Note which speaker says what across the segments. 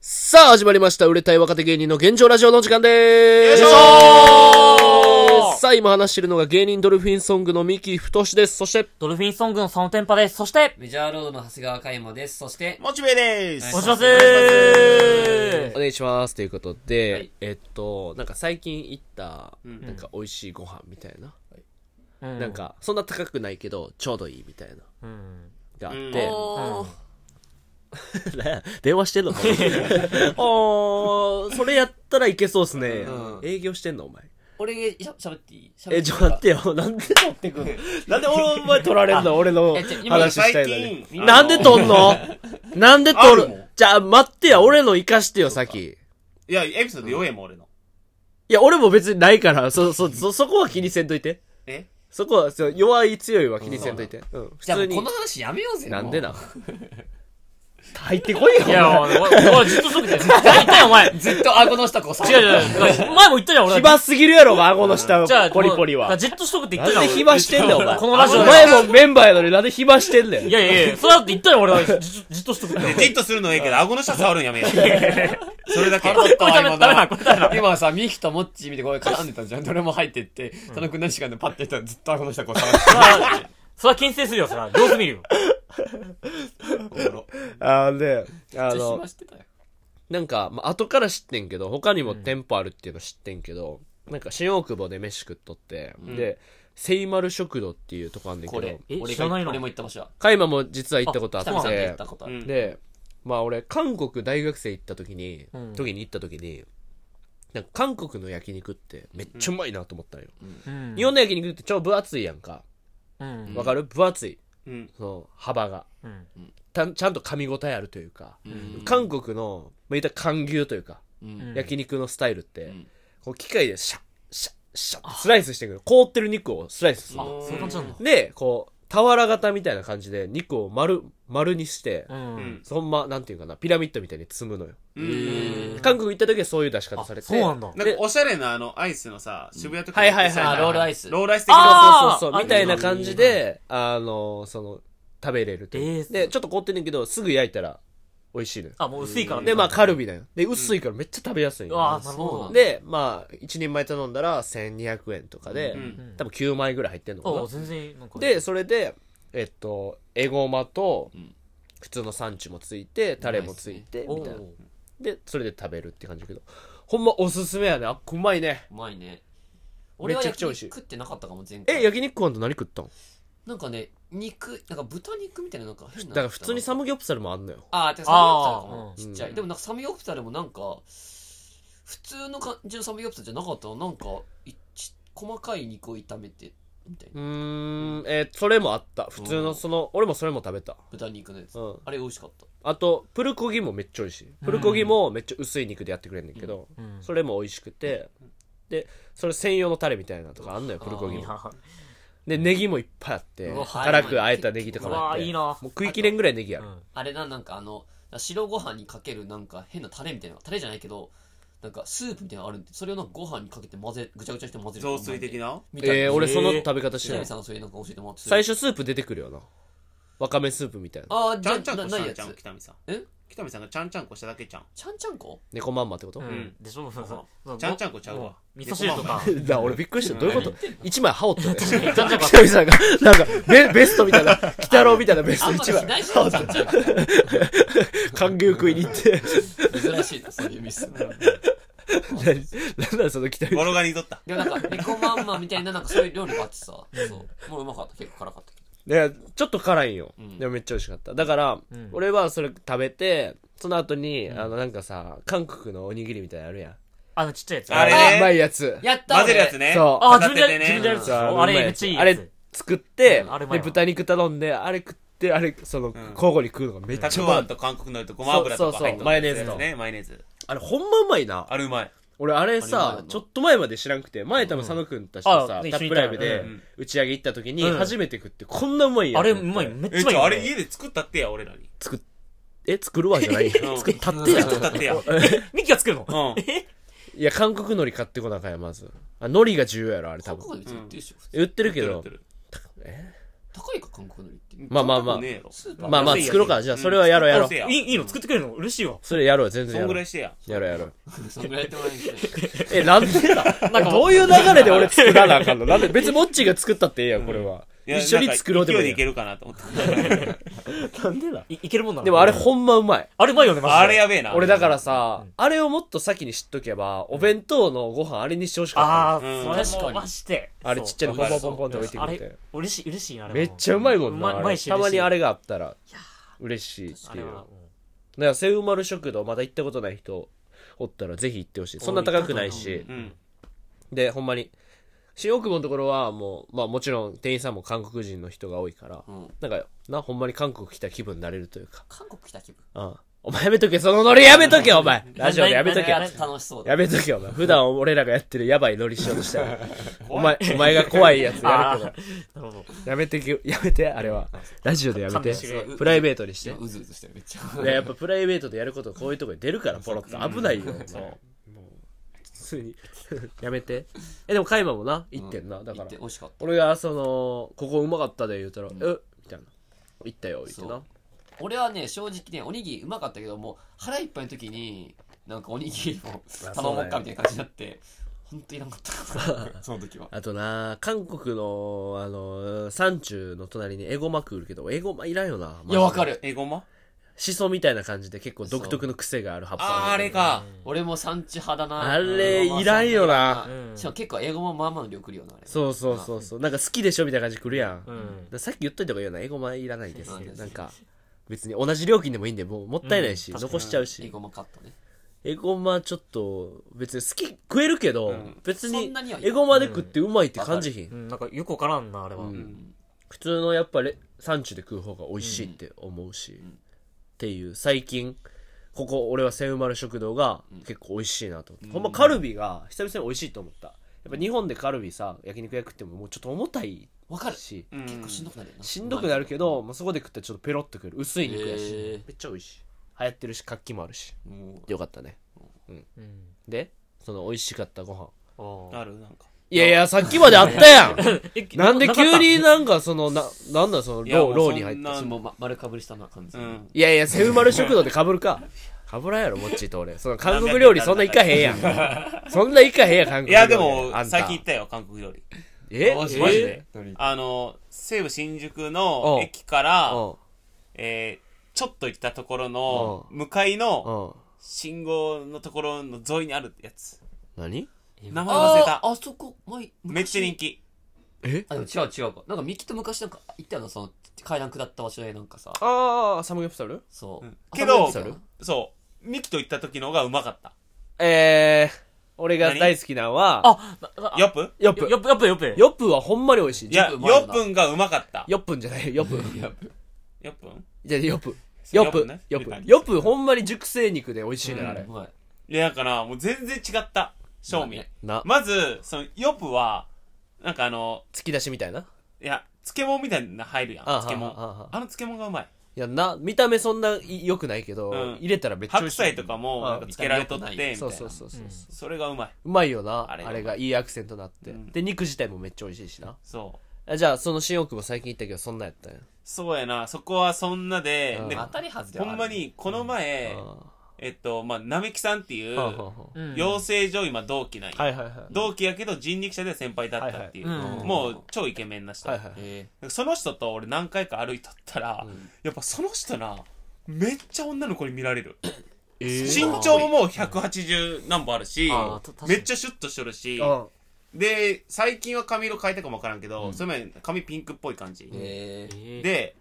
Speaker 1: 始まりました。売れたい若手芸人の現状ラジオの時間でーす。
Speaker 2: よいしょー
Speaker 1: さあ、今話しているのが芸人ドルフィンソングの三木太志です。そして、
Speaker 3: ドルフィンソングのサムテンパです。そして、
Speaker 2: メジャーロードの長谷川嘉山です。そして、
Speaker 4: モチベで
Speaker 3: お
Speaker 4: す。
Speaker 3: しますー
Speaker 1: お願いします。ということで、
Speaker 2: はい
Speaker 1: えっと、なんか最近行った、
Speaker 2: ん
Speaker 1: なんか美味しいご飯みたいな。
Speaker 3: な
Speaker 1: なん、か、そんな高くないけど、ちょうどいいみたいな。
Speaker 3: うん。
Speaker 1: があっ
Speaker 4: うん
Speaker 1: て、
Speaker 2: おー
Speaker 1: 電話してんのかおー、それやったらいけそうっすね
Speaker 2: うん。
Speaker 1: 営業してんのお前。
Speaker 2: 俺がしゃべっていい喋
Speaker 1: え、ちょ、待ってよ。なんで取ってくんのなんで俺、お前取られんの俺の
Speaker 2: えちょ今
Speaker 1: 話したいの
Speaker 4: 最近
Speaker 1: に。なんで取んのなんで
Speaker 4: あ
Speaker 1: 取
Speaker 4: るも
Speaker 1: る
Speaker 4: ん
Speaker 1: じゃあ、待ってや。俺の生かしてよ、先。
Speaker 4: いや、エピソード弱えもん、俺の。
Speaker 1: いや、俺も別にないから、そ、そ、そ、そこは気にせんといて。
Speaker 4: え
Speaker 1: そこは、そう弱い強いは気にせんといて。うん。普
Speaker 2: じゃあも
Speaker 1: 通
Speaker 2: うこ
Speaker 1: に
Speaker 2: の。話やめようぜ。
Speaker 1: なんでな
Speaker 2: も。
Speaker 1: 入ってこいよ。
Speaker 3: いや、俺、俺俺ずっとそう言ってたよ。言ったよ、お前。違
Speaker 2: うずっと顎の下こさ。
Speaker 3: う違う違う。前も言ったじゃん、俺。
Speaker 1: 暇すぎるやろ、顎の下、
Speaker 3: じゃあ、
Speaker 1: ポリポリ
Speaker 3: だから
Speaker 1: は。
Speaker 3: じっとしとくって言
Speaker 1: な
Speaker 3: った
Speaker 1: ん
Speaker 3: じ
Speaker 1: で
Speaker 3: ゃん。俺
Speaker 1: 暇してんだよ、お前。
Speaker 3: このラジオ
Speaker 1: お前もメンバーやのになんで暇してんだ
Speaker 3: い
Speaker 1: よ。
Speaker 3: やいやいや、それだって言ったよ、俺は。じじじっとしとくって。
Speaker 4: でじっとするのええけど、顎の下触るん やめよう。それだけ。
Speaker 3: これダメだ、ダメだ、これダメだ。
Speaker 2: 今さ、ミキとモッチー見てこれ絡んでたじゃん。どれも入ってって、佐野くん何時間でパッてやったらずっと顎の下こ さ。
Speaker 3: それは牽制するよ、それは。様子見るよ。
Speaker 1: あのね、あの
Speaker 2: 暇、してたよ。
Speaker 1: なんか、まあ、後から知ってんけど、他にも店舗あるっていうの知ってんけど、なんか、新大久保で飯食っとって、で、セイマル食堂っていうとこあんねんけ
Speaker 2: これ
Speaker 1: ど、、
Speaker 3: え
Speaker 2: 俺
Speaker 3: 知らない
Speaker 2: が、
Speaker 3: の
Speaker 2: 俺も行った場所だ。
Speaker 1: カイマも実は行ったことあ
Speaker 2: 北見
Speaker 1: っ
Speaker 2: さんが行
Speaker 1: て
Speaker 2: った、ことあ
Speaker 4: う
Speaker 2: る。
Speaker 4: ん
Speaker 1: で、まあ俺、韓国大学生行った時に、
Speaker 3: うん
Speaker 1: 時に行った時に、なんか韓国の焼肉ってめっちゃうまいなと思ったのよ。
Speaker 3: うん
Speaker 1: 日本の焼肉って超分厚いやんか。
Speaker 3: うん。
Speaker 1: わかる分厚い。
Speaker 4: うん。
Speaker 1: その幅が。
Speaker 3: うん。
Speaker 1: たちゃんと噛み応えあるというか、
Speaker 2: ん
Speaker 1: 韓国の、まあ、言ったら韓牛というか、
Speaker 2: うん
Speaker 1: 焼肉のスタイルって、
Speaker 2: ん
Speaker 1: こう機械でシャッ、シャッ、シャッってスライスしてくる。凍ってる肉をスライスする
Speaker 2: あ
Speaker 1: の。、
Speaker 3: そういう感じなんだ。
Speaker 1: で、こう、俵型みたいな感じで肉を丸、丸にして、
Speaker 3: うん。
Speaker 1: そんま、なんていうかな、ピラミッドみたいに積むのよ。
Speaker 4: うん。
Speaker 1: 韓国行った時はそういう出し方されて。
Speaker 3: そうなんだ。
Speaker 4: なんか、おしゃれなあの、アイスのさ、渋谷とか
Speaker 1: はい
Speaker 4: に売って
Speaker 1: はい
Speaker 4: るやつ
Speaker 1: はい
Speaker 4: やな。
Speaker 1: はい
Speaker 2: ロールアイス
Speaker 4: ロールアイス的な。
Speaker 3: あ
Speaker 1: そうそう
Speaker 3: あ
Speaker 1: そう、
Speaker 3: ー
Speaker 1: みたいな感じで、あの、その、食べれるという。
Speaker 3: えー
Speaker 1: で、ちょっと凍ってんねんけど、すぐ焼いたら、美味しいのよ。
Speaker 3: あ、もう薄いからね。
Speaker 1: で、まあ、カルビだよ。で、薄いからめっちゃ食べやすいのよ
Speaker 3: うわあ、なるほど。
Speaker 1: で、まあ、1人前頼んだら1200円とかで、
Speaker 4: ん
Speaker 1: 多分9枚ぐらい入ってんのか
Speaker 3: あ
Speaker 1: な
Speaker 3: あ、。全然、なんか。
Speaker 1: で、それで、えっと、エゴマと、普通の産地もついて、タレもついて、
Speaker 3: お
Speaker 1: みたいな。
Speaker 3: う
Speaker 1: で、それで食べるって感じだけど、ほんまおすすめやね。あっこうまいね。
Speaker 2: うまいね。
Speaker 1: め
Speaker 2: 俺は
Speaker 1: ちゃくち
Speaker 2: 焼
Speaker 1: ゃ美
Speaker 2: 肉
Speaker 1: 味しい
Speaker 2: 食ってなかったかも、前回。
Speaker 1: え、焼肉今度何食ったん
Speaker 2: なんかね、肉、なんか豚肉みたいななんか変な。
Speaker 1: だから普通にサムギョプサルもあんのよ。
Speaker 2: ああ、てかサムギョプサルかな
Speaker 3: ああ、うん
Speaker 2: ちっちゃ
Speaker 1: う
Speaker 2: い。
Speaker 1: ん
Speaker 2: でもなんかサムギョプサルもなんか、普通の感じのサムギョプサルじゃなかったのなんか、いち細かい肉を炒めて、みたいうな。
Speaker 1: ーん、えーそれもあった。普通のその、俺もそれも食べた。
Speaker 2: 豚肉のやつ。
Speaker 1: うん
Speaker 2: あれ美味しかった。
Speaker 1: あと、プルコギもめっちゃ美味しい。プルコギもめっちゃ薄い肉でやってくれんねんけど、
Speaker 3: うん
Speaker 1: それも美味しくて、で、それ専用のタレみたいなのとかあんのよ、プルコギ
Speaker 3: い
Speaker 1: も
Speaker 3: や。
Speaker 1: で、ネギもいっぱいあって
Speaker 2: うわ、
Speaker 1: 辛く和えたネギとかもあっ
Speaker 3: うわ
Speaker 1: て。
Speaker 3: いいな
Speaker 1: もう食いきれんぐらいネギやる。
Speaker 2: あれな、なんかあの、白ご飯にかけるなんか変なタレみたいな、タレじゃないけど、なんかスープみたいなのあるんで、それをなんかご飯にかけて混ぜ、ぐちゃぐちゃして混ぜる。
Speaker 4: 雑炊的。な
Speaker 2: みたいな。
Speaker 1: えー、俺その
Speaker 3: えー
Speaker 1: 食べ方して
Speaker 2: 白
Speaker 1: な
Speaker 2: 井
Speaker 1: い。
Speaker 2: さんがそれなんか教えてもらって。
Speaker 1: 最。初スープ出てくるよな。わかめスープみたいな。
Speaker 2: ああ、
Speaker 4: ち
Speaker 2: じ
Speaker 4: ゃ
Speaker 2: ゃ
Speaker 4: んちゃん
Speaker 2: な
Speaker 4: こし
Speaker 2: な
Speaker 4: た
Speaker 2: い
Speaker 4: ん
Speaker 2: や
Speaker 4: ちゃん
Speaker 2: つ。
Speaker 4: 北見さん。
Speaker 2: え
Speaker 4: 北見さんがちゃんちゃんこしただけちゃん。
Speaker 2: ちゃんちゃんこ
Speaker 1: 猫まんまってこと、
Speaker 3: うん。でしょ、そうそうそう。
Speaker 4: ちゃんちゃんこちゃうわ
Speaker 3: 味噌汁とか。
Speaker 1: だから俺びっくりした。どういうこと一枚羽織ったね。
Speaker 3: ちゃんちゃんこ
Speaker 1: 北見さんが、なんか、ベベストみたいな、鬼太郎みたいなベス
Speaker 2: あ
Speaker 1: ト
Speaker 2: んま
Speaker 1: 一
Speaker 2: りし
Speaker 1: 枚、
Speaker 2: ないしな、ちゃんちゃんこ。
Speaker 1: 歓迎食いに行って、
Speaker 2: 珍しいな、そういうミス。
Speaker 1: 何 なんだその北見
Speaker 4: ボロガニ取った。
Speaker 2: でもなんか、猫まんまみたいな、なんかそういう料理があってさ、そう。もううまかった、結構辛かったけど。
Speaker 1: いや、ちょっと辛いんよ。
Speaker 2: うん
Speaker 1: でもめっちゃ美味しかった。だから、
Speaker 3: うん
Speaker 1: 俺はそれ食べて、その後に、あの、なんかさ、韓国のおにぎりみたいなのあるやん。
Speaker 3: あのちっちゃいやつ。
Speaker 4: あれね
Speaker 1: うまいやつ。
Speaker 2: やった
Speaker 4: 混ぜるやつね。
Speaker 1: そう
Speaker 3: あ、
Speaker 4: 片
Speaker 3: 自
Speaker 4: 手
Speaker 3: 分
Speaker 4: ね
Speaker 3: で、自分でやるやつでし
Speaker 1: そう
Speaker 3: ょ
Speaker 1: の
Speaker 3: あ
Speaker 1: うま
Speaker 3: れ、
Speaker 1: い
Speaker 3: めっ
Speaker 1: やつ
Speaker 3: ちゃいい
Speaker 1: あ
Speaker 3: や
Speaker 1: れ
Speaker 3: つ。
Speaker 1: 作って
Speaker 3: うんあれう、まい
Speaker 1: で、
Speaker 3: わ
Speaker 1: 豚肉頼んで、あれ食って、あれ、その、交互に食うのがめっちゃう
Speaker 4: たく
Speaker 1: ま
Speaker 4: あ
Speaker 1: い
Speaker 4: ん。と韓国のりとごま油と
Speaker 1: そ
Speaker 4: か入っ
Speaker 1: うそうそ
Speaker 4: て
Speaker 1: うマヨネーズと
Speaker 4: ね、マヨネーズ。
Speaker 1: あれ、ほんまうまいな。
Speaker 4: あれうまい。
Speaker 1: 俺、あれ
Speaker 2: あれうまい
Speaker 1: さ
Speaker 2: よ、な
Speaker 1: ちょっと前まで知らんくて、前多分佐野くんたちと
Speaker 3: あ
Speaker 1: さ、
Speaker 3: ね
Speaker 1: タップライブ
Speaker 3: 一緒
Speaker 1: で
Speaker 3: に行っ
Speaker 1: 打ち上げ行った時に、
Speaker 3: うん
Speaker 1: 初めて食って、こんなうまいやん
Speaker 3: あれ、うまい。。めっ
Speaker 4: え、
Speaker 3: ち
Speaker 4: ち
Speaker 3: ゃうまい
Speaker 4: ょ、
Speaker 3: よね。
Speaker 4: あれ家で作ったってや、俺らに。
Speaker 1: 作っ、え、作るわじ ゃない
Speaker 4: うん
Speaker 1: 作ったってやん。
Speaker 4: 作ったっ てや。うん。
Speaker 3: ミキが作るの
Speaker 1: いや、韓国海苔買ってこなあかんや、まず。あ、海苔が重要やろ、あれ多
Speaker 2: 韓
Speaker 1: 分。
Speaker 2: 国で別に売ってるでし
Speaker 1: 売
Speaker 2: ょ。
Speaker 1: ってるけ
Speaker 4: や
Speaker 1: ど
Speaker 4: って、る
Speaker 2: 高いか韓国のりって
Speaker 1: まあまあまあ
Speaker 4: そんなことねえやろ
Speaker 2: スーパー
Speaker 1: まあまあ作ろうかじゃあそれはやろうやろう
Speaker 4: せ
Speaker 3: いいいいの作ってくれるの嬉しいわ。
Speaker 1: それやろう全然
Speaker 4: そ
Speaker 1: や
Speaker 4: んぐ
Speaker 1: ろ
Speaker 4: ら
Speaker 1: う
Speaker 4: いしてや
Speaker 1: やろうやろう
Speaker 2: そんぐらいやってもらえんけどね
Speaker 1: えなんでだなんかどういう流れで俺作らなあかんのなんで別にモッチーが作ったってええやんこれは、
Speaker 4: いや
Speaker 1: 一緒に作ろうでも
Speaker 4: なん
Speaker 1: い
Speaker 4: か勢
Speaker 1: い
Speaker 4: いでいけるかなと思って
Speaker 1: なんでだ
Speaker 3: いいけるもんなの
Speaker 1: でもあれ、ほんまうまい
Speaker 3: あれうまいよね、マジで。
Speaker 4: あれやべえな
Speaker 1: 俺だからさ、あれをもっと先に知っとけばお弁当のご飯あれにしてほしか
Speaker 3: ああ、
Speaker 4: うん
Speaker 3: それ
Speaker 2: 確か
Speaker 3: も
Speaker 2: に
Speaker 3: マジで。
Speaker 1: ったあれちっちゃいのポンポンポンポンって置いて
Speaker 3: あ
Speaker 1: くれ
Speaker 3: れ
Speaker 1: て、
Speaker 3: 嬉しい、嬉しいな、あれは。
Speaker 1: めっちゃうまいもんなあ
Speaker 3: うまい
Speaker 1: れ
Speaker 3: し、
Speaker 1: たまにあ
Speaker 3: れ。
Speaker 1: れがあったら嬉しいって
Speaker 3: あ
Speaker 1: い
Speaker 3: れ
Speaker 1: うだ
Speaker 3: は
Speaker 1: か、らセウマル食堂まだ行ったことない人おったらぜひ行ってほしいそんな高くないし
Speaker 4: うん
Speaker 1: でほんまに新大久保のところはもう、まあ、もちろん店員さんも韓国人の人が多いから、
Speaker 2: うん
Speaker 1: なんかなほんまに韓国来た気分になれるというか、
Speaker 2: 韓国来た気分
Speaker 1: うん、お前やめとけそのノリやめとけお前ラジオでやめとけ
Speaker 2: あれ楽しそうだ
Speaker 1: やめとけお前普段俺らがやってるやばいノリしようとしたらお前お前が怖いやつや
Speaker 3: あ
Speaker 1: る
Speaker 3: ー
Speaker 1: けど
Speaker 3: なるほど。
Speaker 1: やめてけやめてあれはラジオでやめ
Speaker 3: 勘
Speaker 1: て
Speaker 3: 弁してくれ
Speaker 1: プライベートにして
Speaker 2: うずうずしてるめっちゃ
Speaker 1: ねやっぱプライベートでやることこういうとこに出るからポロッと危ないよそう普通に やめてえでもカイマもな行ってんな、だか
Speaker 2: 行
Speaker 1: ら
Speaker 2: って美味しかった
Speaker 1: 俺がそのここうまかったで言うたら「えみたいな「行ったよ」言って
Speaker 2: そ
Speaker 1: な
Speaker 2: う俺はね正直ねおにぎりうまかったけどもう腹いっぱいの時になんかおにぎりを
Speaker 1: あ
Speaker 2: 頼もうかみたいな感じになって本当いらんかったその時は
Speaker 1: あとな韓国のあの山中の隣にエゴマ食うけどエゴマいらんよない
Speaker 2: やわかる
Speaker 4: 英語も
Speaker 1: シソみたいな感じで結構独特の癖がある葉っぱ
Speaker 4: あーあれか
Speaker 2: 俺も産地派だな
Speaker 1: あれいらんよな
Speaker 3: うん
Speaker 2: しかも結構英語もまあまあの量来るよなあれ
Speaker 1: そうそうそうそうなんか好きでしょみたいな感じくるやん、だ
Speaker 3: う
Speaker 1: か
Speaker 3: ん。
Speaker 1: らさっき言っといた方がいいよなエゴマいらないです
Speaker 2: そうです
Speaker 1: なんか別に同じ料金でもいいんでもうもったいないし、
Speaker 3: うん
Speaker 1: 残しちゃう
Speaker 2: 英
Speaker 1: し
Speaker 2: 語もカットね
Speaker 1: エゴマちょっと別に好き食えるけど、
Speaker 4: うん
Speaker 1: 別
Speaker 2: そ
Speaker 1: に
Speaker 2: んなにはいい
Speaker 1: エゴマで食ってうまいって感じひん、
Speaker 3: うんなんかよくわからんな、あれは。
Speaker 1: う
Speaker 3: うん
Speaker 2: うん
Speaker 1: 普通のやっぱレ産地で食う方が美味しいって思うし、っていう最近ここ俺はセウマル食堂が結構美味しいなと思って、ほんまカルビが久々に美味しいと思ったやっぱ日本でカルビさ焼肉屋食ってももうちょっと重たい
Speaker 2: わかる
Speaker 1: し、
Speaker 4: うん
Speaker 2: 結構しんどくなるよな
Speaker 1: しんどくなるけど、まあ、そこで食ったらちょっとペロッとくる薄い肉やし、
Speaker 2: へー
Speaker 1: めっちゃ美味しい流行ってるし活気もあるし
Speaker 2: も
Speaker 1: よかったね
Speaker 3: ん。
Speaker 1: でその美味しかったご飯
Speaker 3: あー
Speaker 4: あるなんか
Speaker 1: いやいやさっきまであったやん
Speaker 3: え
Speaker 1: なんで
Speaker 3: かった
Speaker 1: 急になんかそのななんだその
Speaker 4: いや
Speaker 1: ロー
Speaker 4: もう
Speaker 1: ローに入って
Speaker 4: そんな
Speaker 2: うもうま丸かぶりしたな感じ
Speaker 4: うん
Speaker 1: いやいや、セウマル食堂で被るか。被らんやろ、もっちーと俺。その韓国料理そんな行かへんや ん。そんな行かへんやん、韓
Speaker 4: い
Speaker 1: 国料理。
Speaker 4: やでも
Speaker 1: あんた
Speaker 4: 最近行ったよ韓国料理
Speaker 1: え
Speaker 4: マジ
Speaker 1: え
Speaker 4: マジで
Speaker 2: 何
Speaker 4: あの西武新宿
Speaker 1: う
Speaker 4: の
Speaker 1: ん
Speaker 4: 駅から
Speaker 1: うん。
Speaker 4: えーちょっと行ったところの
Speaker 1: う
Speaker 4: 向かいの
Speaker 1: うん。
Speaker 4: 信号のところの沿いにあるやつ
Speaker 1: 何
Speaker 4: 名前忘れ
Speaker 2: あ
Speaker 4: た
Speaker 2: ーあそこ前昔
Speaker 4: めっちゃ人気
Speaker 2: あでも違う違うかなんかミキと昔なんか行ったよなその階段下った場所へなんかさ
Speaker 1: ああ、サムギョプサル
Speaker 2: そう、
Speaker 4: けど
Speaker 2: 朝のやつか
Speaker 4: そうミキと行った時の方がうまかった
Speaker 1: えー、俺が
Speaker 4: 何
Speaker 1: 大好きなのは、
Speaker 3: あ、な
Speaker 4: ヨップ
Speaker 1: ヨッ
Speaker 3: よ
Speaker 1: プ。
Speaker 3: よっぷよっぷよっぷ。
Speaker 1: ヨップはほんまに美味しい。
Speaker 4: いや
Speaker 2: ち
Speaker 4: ヨ
Speaker 2: ょっとうまい
Speaker 4: ッ
Speaker 2: よな
Speaker 4: プンがうまかった
Speaker 1: ヨップンじゃ ないよ、ヨップン。
Speaker 4: ヨップン
Speaker 1: じゃあヨップン。ヨ
Speaker 4: ヨッ
Speaker 1: ッ
Speaker 4: プン
Speaker 1: プ
Speaker 4: ね
Speaker 1: ン。ヨップ
Speaker 4: 何
Speaker 1: ン。ヨップンほんまに熟成肉で美味しいね、
Speaker 3: うん
Speaker 1: あ
Speaker 2: な
Speaker 1: れ
Speaker 2: う。まい
Speaker 4: いやだからもう全然違った正味
Speaker 1: な、
Speaker 4: まずそのヨップはなんかあの
Speaker 1: 突き出しみたいな。
Speaker 4: いや漬物みたいなの入るやん
Speaker 1: あはは
Speaker 4: 漬物
Speaker 1: あはは
Speaker 4: あの漬物がうまい
Speaker 1: いや、な、見た目そんない良くないけど、
Speaker 4: うん
Speaker 1: 入れたらめっちゃ美
Speaker 4: 白
Speaker 1: 味しい。
Speaker 4: 菜とかもなんか漬けられとってみたいな
Speaker 1: そうそうそうそう。
Speaker 4: それがうまいう
Speaker 1: まいよな
Speaker 4: あ
Speaker 1: あ
Speaker 4: れ
Speaker 1: れ
Speaker 4: が
Speaker 1: がいいアクセントになって、
Speaker 4: うん
Speaker 1: で肉自体もめっちゃ美味しいしな
Speaker 4: そう
Speaker 1: あじゃあその新大久保最近行ったけどそんなんやったんや
Speaker 4: そうやなそこはそんなで
Speaker 1: うん
Speaker 4: で
Speaker 2: 当たりはずでは
Speaker 4: ほ
Speaker 2: ある
Speaker 4: んまにこの前えっとまあ並木さんっていう
Speaker 1: あーはあはあは
Speaker 3: うん
Speaker 4: 養成所今同期なん
Speaker 1: あは
Speaker 4: や
Speaker 1: いはいはいはい
Speaker 4: 同期やけど人力車で先輩だったっていう
Speaker 3: はいはいうん
Speaker 4: もう超イケメンな人
Speaker 1: はいはい
Speaker 2: え
Speaker 4: その人と俺何回か歩いとったら、やっぱその人な、めっちゃ女の子に見られる。
Speaker 1: え
Speaker 4: 身長ももう180何歩あるし
Speaker 3: あーた確か、に
Speaker 4: めっちゃシュッとしとるし、で、最近は髪色変えたかもわからんけど、それまで髪ピンクっぽい感じ
Speaker 2: ー、。え
Speaker 3: え
Speaker 2: ー、
Speaker 3: ー
Speaker 4: で、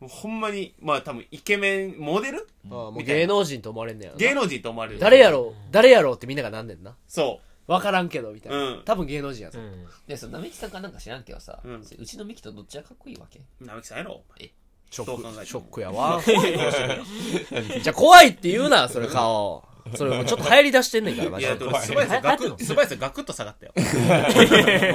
Speaker 4: もうほんまに、まあ多分イケメン、モデル
Speaker 1: あーもう
Speaker 4: みたいな
Speaker 1: 芸能人と思われんねやろな
Speaker 4: 芸能人と思われる。
Speaker 1: 誰やろう誰やろうってみんながなんねんな
Speaker 4: そ
Speaker 1: 分からんけどみたいな、
Speaker 4: うん
Speaker 1: 多分芸能人やぞ、
Speaker 3: うん。
Speaker 2: でそのなめきさんかなんか知らんけどさ、
Speaker 4: う
Speaker 2: うんちのミキとどっちがかっこいいわけ
Speaker 4: う。直樹さんやろ
Speaker 1: ショ
Speaker 4: そう考えて
Speaker 1: ッ
Speaker 4: も
Speaker 1: クショックやわじゃあ怖いって言うなそれ顔それもうちょっと流行り出してんねんからマ
Speaker 4: い
Speaker 1: ジ
Speaker 4: や、
Speaker 1: で
Speaker 4: でも素早さガクッ、素早さガクッと下が ったよ。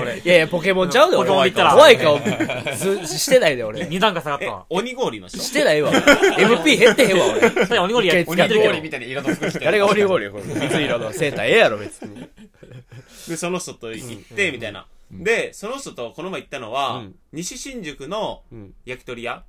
Speaker 4: 俺。
Speaker 1: いやいやポケモンちゃうで
Speaker 3: ポケモン
Speaker 1: 俺
Speaker 3: 行ったら
Speaker 1: 怖い顔ずしてないで俺
Speaker 3: 二段が下がっ
Speaker 4: え
Speaker 3: たわ。、
Speaker 4: 鬼氷の 人
Speaker 1: してないわ。MP 減ってへんわ、俺。
Speaker 3: それ鬼ゴリや
Speaker 1: 一
Speaker 3: 使
Speaker 1: 回
Speaker 3: っ
Speaker 1: 使
Speaker 3: て
Speaker 1: っ
Speaker 3: るけ
Speaker 1: て
Speaker 3: ど
Speaker 1: る。
Speaker 4: みたいな色の服着て
Speaker 1: 誰がオリゴールよ、これ。水色のセーターええやろ、別に。
Speaker 4: で、その人と行って、みたいな。で、その人とこの前行ったのは、
Speaker 1: うん
Speaker 4: 西新宿の
Speaker 1: うん
Speaker 4: 焼き鳥屋。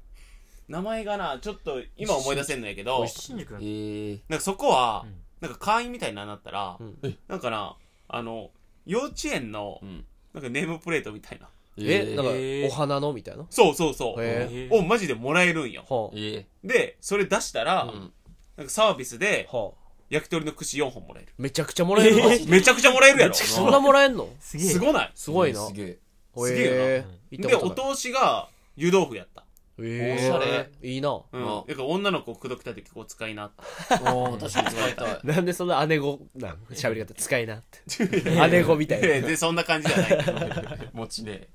Speaker 4: 名前がな、ちょっと今思い出せんのやけど、
Speaker 3: 新宿なんだ
Speaker 2: ええ
Speaker 4: なんかそこは
Speaker 3: うん、
Speaker 4: なんか会員みたいになったら、
Speaker 1: うん
Speaker 4: なんかな、あの、幼稚園の、
Speaker 2: うん
Speaker 4: なんかネームプレートみたいな。
Speaker 1: えなんか
Speaker 3: へー
Speaker 1: お花のみたいな
Speaker 4: そうそうそう。
Speaker 1: へ
Speaker 4: をマジでもらえるんよ。
Speaker 1: は
Speaker 2: ええ
Speaker 4: で、それ出したら、
Speaker 2: うん
Speaker 4: なんかサービスで
Speaker 1: あ、はあ、
Speaker 4: 焼き鳥の串4本もらえる。
Speaker 1: めちゃくちゃもらえるの
Speaker 4: めちゃくちゃもらえるやろ。
Speaker 1: そんなもらえんの
Speaker 3: すげえ
Speaker 4: すごない
Speaker 1: すごいな
Speaker 2: すげえ
Speaker 4: すげえ
Speaker 1: へえ行っ
Speaker 4: で、
Speaker 1: た
Speaker 4: お
Speaker 1: ことない
Speaker 4: 通しが湯豆腐やった。
Speaker 1: へえ
Speaker 2: おしゃ
Speaker 1: いいな
Speaker 4: うん。
Speaker 2: あ
Speaker 4: だから女の子を口説きたい時結構使いなって。
Speaker 2: おー確かに使いたい
Speaker 1: なんでそんな姉語 なん喋り方使いな って姉語みたいな
Speaker 4: で、そんな感じじゃない。
Speaker 2: 持ちね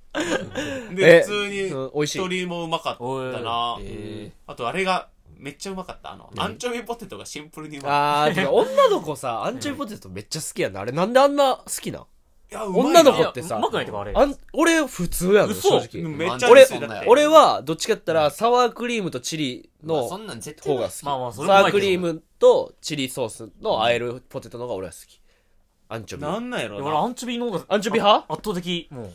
Speaker 4: で、
Speaker 1: え
Speaker 4: 普通に
Speaker 1: うん美味しい
Speaker 4: 鳥もうまかったな
Speaker 2: え
Speaker 4: あとあれがめっちゃうまかった。あの、アンチョビポテトがシンプルにうまい。
Speaker 1: あーてか女の子さアンチョビポテトめっちゃ好きやなあれなんであんな好きなん
Speaker 4: いや、うまいな
Speaker 1: 女の子ってさ
Speaker 3: うまくないとかあれ
Speaker 1: あん俺普通やの
Speaker 4: 嘘
Speaker 1: 正
Speaker 4: う
Speaker 1: 直
Speaker 4: んめっちゃ
Speaker 1: 俺
Speaker 4: 安いだって
Speaker 1: 俺はどっちかって言ったらサワークリームとチリ
Speaker 2: まあ
Speaker 1: の
Speaker 2: そんなん絶対
Speaker 1: 方が好き
Speaker 3: まあまあ
Speaker 1: サ
Speaker 3: それもうまい
Speaker 1: ワ
Speaker 3: け
Speaker 1: ー
Speaker 3: ど
Speaker 1: クリームとチリソースの和えるポテトの方が俺は好きアンチョビ
Speaker 4: な
Speaker 1: へ
Speaker 4: んなんや
Speaker 3: い
Speaker 4: ろ
Speaker 3: や
Speaker 4: な
Speaker 3: 俺アンチョビの方が
Speaker 1: アンチョビ派
Speaker 3: あ圧倒的もう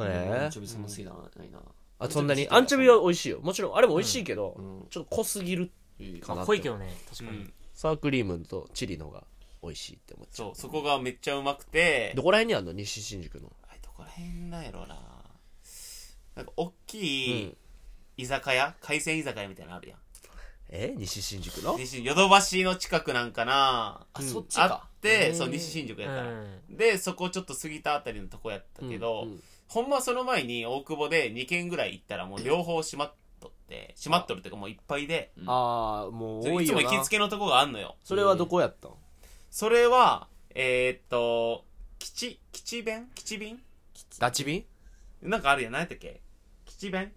Speaker 1: え
Speaker 2: ちょびそんな好きだなないな
Speaker 1: あそんなにアンチョビは美味しいよもちろんあれも美味しいけど、
Speaker 2: うんうん
Speaker 1: ちょっと濃すぎる
Speaker 2: ええ
Speaker 1: かな
Speaker 3: まあ
Speaker 1: って
Speaker 3: 濃いけどね確か
Speaker 4: う
Speaker 3: に
Speaker 4: ん
Speaker 1: サワークリームとチリの方が美味しいって思っちゃ
Speaker 4: そう、そこがめっちゃうまくて
Speaker 1: う、どこら辺にあんの西新宿の
Speaker 4: あれどこら辺なんやろな。なんか、おっ
Speaker 1: う
Speaker 4: きい
Speaker 1: ん
Speaker 4: 居酒屋海鮮居酒屋みたいなのあるやん。
Speaker 1: え西新宿の
Speaker 4: 西ヨドバシの近くなんかな
Speaker 2: あそっち
Speaker 4: あ
Speaker 2: か
Speaker 4: って、そううん西新宿やったら、
Speaker 3: うん
Speaker 4: でそこちょっと過ぎたあたりのとこやったけど、
Speaker 1: うんうん
Speaker 4: ほんまその前に大久保で2軒ぐらい行ったらもう両方閉まっとって閉まっとるっていうかもういっぱいで
Speaker 1: ああもう
Speaker 4: それ
Speaker 1: 多
Speaker 4: い
Speaker 1: い
Speaker 4: つ
Speaker 1: よ
Speaker 4: も
Speaker 1: な
Speaker 4: 行きつけのとこがあんのよ
Speaker 1: それはどこやったん
Speaker 4: それはえー、っと吉吉弁吉便
Speaker 1: ダチビン
Speaker 4: なんかあるやん何やったっけ吉弁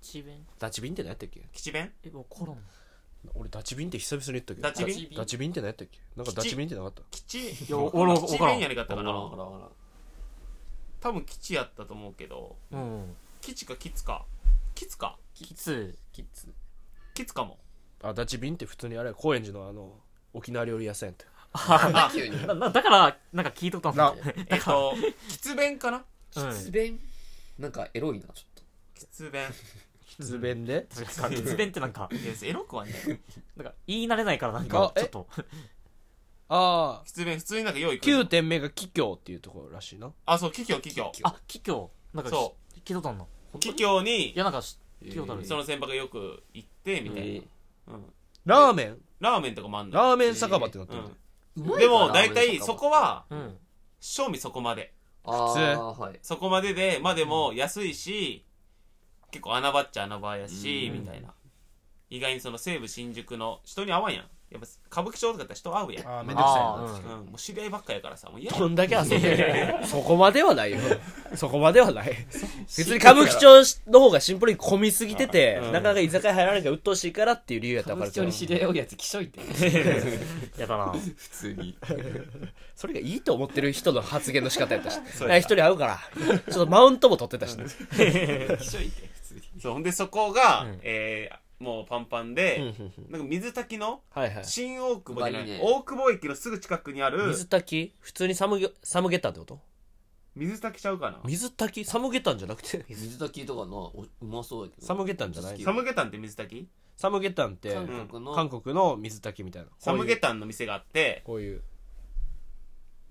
Speaker 3: 吉弁
Speaker 1: ダチビンって何やったっけ
Speaker 4: 吉弁
Speaker 3: え分からん
Speaker 1: 俺ダチビンって久々に言ったけど
Speaker 4: ダチビン
Speaker 1: ダチビンって何やったっけなんかダチビンってなかった
Speaker 4: 吉
Speaker 3: や俺
Speaker 4: 吉弁やり
Speaker 2: だ
Speaker 4: 方
Speaker 2: か
Speaker 4: からな
Speaker 2: ほらほら
Speaker 4: 多分吉やったと思うけど
Speaker 3: うん
Speaker 4: 吉か吉か吉か
Speaker 3: きつ
Speaker 2: キッズ
Speaker 4: 吉かも
Speaker 1: あダチビンって普通にあれ高円寺のあの沖縄料理屋さんやった
Speaker 4: あ
Speaker 2: 急に
Speaker 3: ななだからなんか聞いとったんだね
Speaker 4: えっと、喫弁かな
Speaker 3: うん
Speaker 2: 喫弁なんかエロいなちょっと
Speaker 4: 喫弁。
Speaker 1: 図弁で
Speaker 3: 確かに吉弁ってなんか
Speaker 4: いやエロくはね。
Speaker 3: なんか言い慣れないからなんか
Speaker 1: あえ
Speaker 3: ちょっと
Speaker 1: ああ
Speaker 4: 喫弁、普通になんか用意
Speaker 1: 9点目が桔梗っていうところらしいな
Speaker 4: あ、そう、桔梗、桔梗。
Speaker 3: あ桔梗なんか
Speaker 4: そ
Speaker 3: 聞いとったんだ
Speaker 4: 桔梗に
Speaker 3: い、やなんかし聞いたことあ
Speaker 2: え
Speaker 3: る
Speaker 2: ー
Speaker 4: その船舶よく行って、みたい
Speaker 2: え
Speaker 4: な。うん。
Speaker 1: ラーメン
Speaker 4: ラーメンとかもあんの。
Speaker 1: ラーメン酒場ってなって
Speaker 4: う
Speaker 1: る、
Speaker 4: ん。
Speaker 2: うまい
Speaker 4: で
Speaker 2: か
Speaker 4: も、
Speaker 2: な
Speaker 4: 大
Speaker 2: 俺
Speaker 4: 体、
Speaker 2: の
Speaker 4: そこは、
Speaker 3: うん
Speaker 4: 賞味そこまで。
Speaker 2: あ
Speaker 1: 普通
Speaker 2: ーはい
Speaker 4: そこまでで、まあでも、安いし、結構穴場っちゃ穴場やし、
Speaker 2: うん
Speaker 4: みたいな。意外にその西武新宿の人に合わんやん。やっぱ、歌舞伎町とかだったら人合うやん。
Speaker 1: あーめんどくさいな
Speaker 3: あ
Speaker 4: うん。
Speaker 3: ー
Speaker 4: もう知り合いばっかやからさ、もう嫌や
Speaker 1: こんだけ遊んでるそこまではないよそこまではない別に歌舞伎町の方がシンプルに混みすぎてて、
Speaker 4: うん
Speaker 1: なかなか居酒屋入らなきゃ鬱陶しいからっていう理由やったら分かるけど
Speaker 2: 知り合うやつきしょいって
Speaker 3: やだな
Speaker 2: 普通に
Speaker 1: それがいいと思ってる人の発言の仕方やったし
Speaker 4: そうや
Speaker 1: 一人会うからちょっとマウントも取ってたし、ね、
Speaker 2: きしょいって普通に
Speaker 4: そう、ほんでそこが、
Speaker 3: ん
Speaker 4: えーもうパンパンで、
Speaker 1: うんうん
Speaker 4: なんか水炊きの
Speaker 1: はいはい
Speaker 4: 新大久保じゃない、
Speaker 2: うまいね
Speaker 4: 大久保駅のすぐ近くにある、
Speaker 1: 水炊き普通にサムギョサムゲタンってこと
Speaker 4: 水炊きちゃうかな
Speaker 1: 水炊きサムゲタンじゃなくて
Speaker 2: 水炊きとかなおうまそうやけど
Speaker 1: サムゲタンじゃない
Speaker 4: サムゲタンって水炊き
Speaker 1: サムゲタンって
Speaker 2: 韓国の
Speaker 1: 韓国の水炊きみたいな
Speaker 4: サムゲ
Speaker 1: タン
Speaker 4: タンの店があって、
Speaker 1: こういう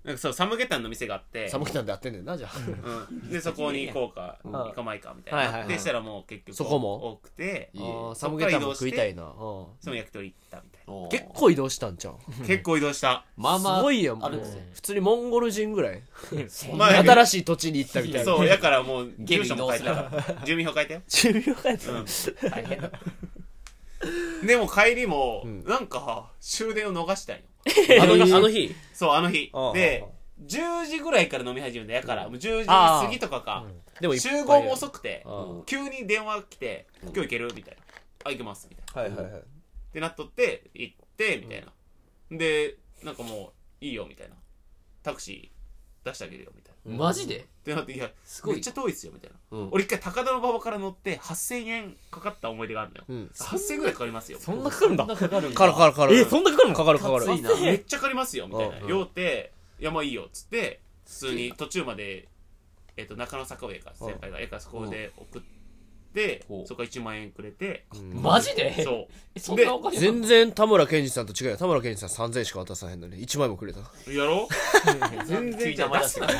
Speaker 4: なんかそう、サムゲタンの店があって
Speaker 1: サ、ムゲタンでやってんねんなじゃあ
Speaker 4: うん、で、そこに行こうか、
Speaker 2: うん
Speaker 4: 行かまいかみたいな。
Speaker 1: はいはいはい
Speaker 4: で、したらもう結局、
Speaker 1: そこも
Speaker 4: 多くて、
Speaker 2: いい
Speaker 1: あー
Speaker 4: そ
Speaker 1: サ
Speaker 4: っ
Speaker 1: ム
Speaker 4: か
Speaker 1: ゲタ
Speaker 4: ら移
Speaker 1: ンも
Speaker 4: 動して
Speaker 1: 食いたいな、うん
Speaker 4: その焼き鳥行ったみたい
Speaker 2: おー
Speaker 1: 結構移動したんちゃう
Speaker 4: な。結構移動した。
Speaker 2: まあまあ
Speaker 1: すごいやんも
Speaker 2: あ
Speaker 1: う
Speaker 2: るんですね
Speaker 1: 普通にモンゴル人ぐらい
Speaker 4: まあ
Speaker 1: 新しい土地に行ったみたいな
Speaker 4: そう、やからもう、
Speaker 2: ゲ
Speaker 4: 住
Speaker 2: ル移
Speaker 4: 所も
Speaker 2: 動
Speaker 4: 変
Speaker 2: す
Speaker 4: え
Speaker 2: る
Speaker 4: たから。住民票変えたよ。
Speaker 1: 10秒 帰って
Speaker 2: 大変だ
Speaker 4: でも帰りも、
Speaker 1: ん
Speaker 4: なんか、終電を逃したんよ。
Speaker 1: あの日あの日
Speaker 4: そう、あの日
Speaker 1: あ。あ
Speaker 4: で
Speaker 1: あ、
Speaker 4: 10時ぐらいから飲み始めたやから、もう10時
Speaker 3: ああ
Speaker 4: 過ぎとかか。
Speaker 1: でもいっぱい
Speaker 4: 集合も遅くて
Speaker 1: あ
Speaker 2: あ、
Speaker 4: 急に電話来て、今日行けるみたいな。あ、行けます。みたいな。
Speaker 1: はいはいはい
Speaker 4: ってなっとって、行って、みたいな。で、なんかもう、いいよ、みたいな。タクシー出してあげるよ、みたいな。
Speaker 2: マジで
Speaker 4: ってなって、いや、
Speaker 2: すご
Speaker 4: めっ
Speaker 2: い
Speaker 4: ちゃ遠いっすよ、みたいな。
Speaker 2: うん
Speaker 4: 俺一回高田馬場から乗って、8000円かかった思い出があるのよ。
Speaker 1: うん
Speaker 4: 8000円ぐらいかかりますよ。
Speaker 3: そんなかかるんだ
Speaker 2: かかるん
Speaker 1: カラカ
Speaker 2: ラ
Speaker 1: ラカラ
Speaker 3: えそんなかかるの
Speaker 1: かかるかかる
Speaker 2: ついな
Speaker 4: めっちゃかかりますよみたいな
Speaker 1: うん
Speaker 4: 酔うて「いやまあいいよ」っつって普通に途中までえっと中野坂上か先輩が絵からそこで送って
Speaker 2: ほう
Speaker 4: そこから1万円くれて
Speaker 2: マジで
Speaker 4: そ
Speaker 2: えそんなお金
Speaker 1: 全然田村健二さんと違うよ田村健二さん3000円しか渡さへんのに1枚もくれた
Speaker 4: う やろ
Speaker 3: 全
Speaker 4: 然
Speaker 3: 然
Speaker 4: じゃあ出 すな
Speaker 1: 田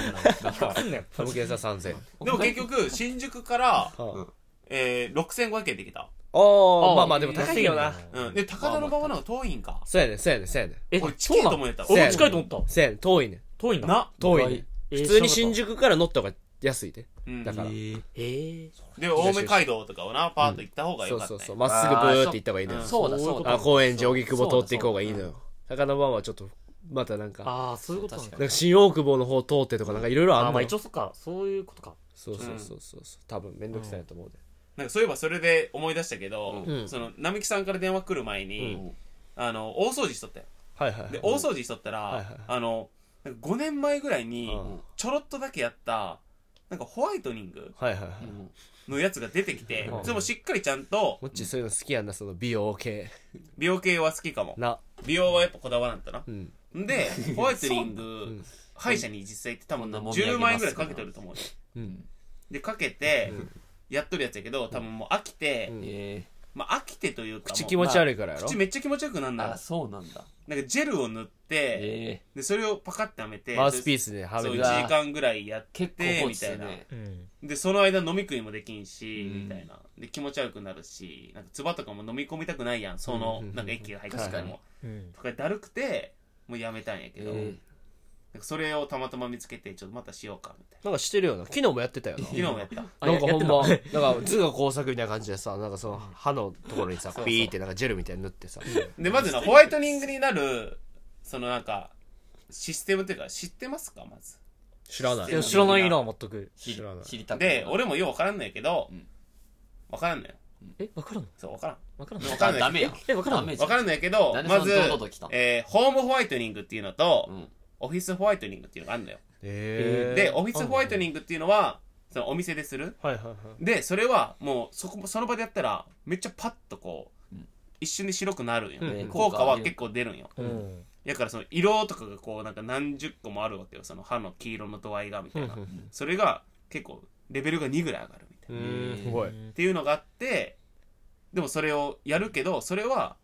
Speaker 1: 村健二さん3000円
Speaker 4: でも結局新宿から、
Speaker 1: は
Speaker 4: えー、6500円できた、
Speaker 1: ああ
Speaker 3: あ
Speaker 1: まあまあでも高いよな
Speaker 4: うん、で高田の場はなんか遠いんか
Speaker 1: そうやねんそうやねんそうやねん
Speaker 3: え
Speaker 4: 俺
Speaker 3: そうな
Speaker 4: 近いと思えたわ
Speaker 3: 俺も近いと思った
Speaker 1: そうやねん遠いねん
Speaker 3: 遠いんだ
Speaker 4: な、
Speaker 1: 遠いねん
Speaker 3: えー
Speaker 1: 普通に新
Speaker 3: 知
Speaker 1: 宿から乗った方が安いで
Speaker 4: うん、
Speaker 1: だから
Speaker 3: え
Speaker 4: で青梅街道とかをなパーッと行った方が
Speaker 1: そ
Speaker 4: よ
Speaker 1: う
Speaker 4: かった、
Speaker 1: そ
Speaker 4: ね
Speaker 1: うそうまっすぐブーって行った方がいいのよ
Speaker 4: あー
Speaker 2: そうだそうだ
Speaker 1: あ高円寺荻
Speaker 3: そう
Speaker 1: 窪
Speaker 3: だ
Speaker 1: 通っていこうがいいのよ高田馬場はちょっとまたなんか
Speaker 3: ああそういうことなん
Speaker 2: 確
Speaker 3: だ
Speaker 2: か
Speaker 1: なんか新大久保の方通ってとかなんかいろいろあ
Speaker 3: あー
Speaker 1: ん
Speaker 3: ま
Speaker 1: の
Speaker 3: あ
Speaker 1: よ
Speaker 3: 一応そっかそういうことか
Speaker 1: そうそうそうそうそう多分めんどくさいなと思うで
Speaker 4: なんかそういえばそれで思い出したけど、
Speaker 1: うん
Speaker 4: その並木さんから電話来る前に、あの大掃除しとったよ
Speaker 1: はいはいはい
Speaker 4: で大掃除しとったら、
Speaker 1: はいはい
Speaker 4: あのなんか5年前ぐらいに
Speaker 1: うん
Speaker 4: ちょろっとだけやったなんかホワイトニング
Speaker 1: はいはいはい
Speaker 4: のやつが出てきて
Speaker 1: うん
Speaker 4: それもしっかりちゃんと
Speaker 1: もっちそういうの好きやんなその美容系
Speaker 4: 美容系は好きかも
Speaker 1: な
Speaker 4: 美容はやっぱこだわらんとな
Speaker 1: うん
Speaker 4: ん でホワイトニング
Speaker 1: ん
Speaker 4: 歯医者に実際行って多分
Speaker 2: こんなもみあ
Speaker 4: 10
Speaker 2: げます
Speaker 4: 万円ぐらいかけてると思うよ
Speaker 1: うん
Speaker 4: でかけてやっとるやつやけど多分もう飽きて、
Speaker 1: うん
Speaker 2: え
Speaker 4: まあ飽きてというか
Speaker 1: 口
Speaker 4: もう
Speaker 1: 気持ち悪いからやろ
Speaker 4: 口めっちゃ気持ちよくなん
Speaker 2: ー、あ
Speaker 4: だ
Speaker 2: そうなんだ
Speaker 4: なんかジェルを塗って
Speaker 2: ええ
Speaker 4: でそれをパカッてはめて
Speaker 1: マウスピースでは
Speaker 4: そう
Speaker 1: める
Speaker 4: 1
Speaker 2: うわ
Speaker 4: 時間ぐらいやっ
Speaker 2: 結構
Speaker 4: て
Speaker 2: 放
Speaker 4: み
Speaker 2: 置す
Speaker 4: たい
Speaker 2: る
Speaker 4: な
Speaker 2: ね
Speaker 3: うん
Speaker 4: でその間飲み食いもできんし、
Speaker 2: うん
Speaker 4: みたいなで気持ち悪くなるしなんか唾とかも飲み込みたくないやんそ
Speaker 1: うん
Speaker 4: の、
Speaker 1: うんうん
Speaker 4: なんか液が入ってき
Speaker 2: 確
Speaker 4: た
Speaker 2: か
Speaker 4: の
Speaker 2: に
Speaker 4: もとかだるくてもうやめたんやけど、
Speaker 2: え
Speaker 4: なんかそれをたまたま見つけてちょっとまたしようかみたい
Speaker 1: なんかしてるよな昨日もやってたよな
Speaker 4: な 昨日もやった
Speaker 3: あ
Speaker 1: なんか
Speaker 3: や
Speaker 1: ほ
Speaker 3: って
Speaker 1: ん
Speaker 3: ん
Speaker 1: ま、
Speaker 3: だ
Speaker 1: なんか図画工作みたいな感じでさ、なんかその歯のところにさ、ピーってなんかジェルみたいに塗ってさ、
Speaker 4: でまずなホワイトニングになるそのなんかシステムっていうか知ってますかまず
Speaker 1: 知らない
Speaker 3: いや知らないな全く
Speaker 2: 知
Speaker 1: 知らない
Speaker 2: 知りたくない
Speaker 4: で俺もよう分からんのやけど、
Speaker 2: うん
Speaker 4: 分からんのよ
Speaker 3: えわからんの
Speaker 4: そう分からん
Speaker 3: わからんの
Speaker 4: 分から
Speaker 2: あ
Speaker 4: んの
Speaker 2: ダ
Speaker 4: やけ
Speaker 2: メや
Speaker 3: えわからん
Speaker 2: ダメ
Speaker 4: ど分からんのやけど
Speaker 2: なんでそん
Speaker 4: ま
Speaker 2: な
Speaker 4: ず
Speaker 2: 堂々と来たん
Speaker 4: えーホームホワイトニングっていうのと、
Speaker 2: うん
Speaker 4: オフィスホワイトニングっていうのがあるのよ
Speaker 1: えー、
Speaker 4: で、オフィスホワイトニングっていうのは、そのお店でする。
Speaker 1: はいはいはい。
Speaker 4: で、それはもうそこ、その場でやったら、めっちゃパッとこう、
Speaker 2: うん
Speaker 4: 一瞬で白くなるんよ、
Speaker 1: うん
Speaker 4: 効果は結構出るんよ。
Speaker 3: うん
Speaker 4: だからその色とかがこう、なんか何十個もあるわけよ。その歯の黄色の度合いがみたいな。それが結構、レベルが2ぐらい上がるみたいな。
Speaker 1: う
Speaker 4: っ
Speaker 1: ん、すごい。
Speaker 4: ていうのがあって、でもそれをやるけど、それは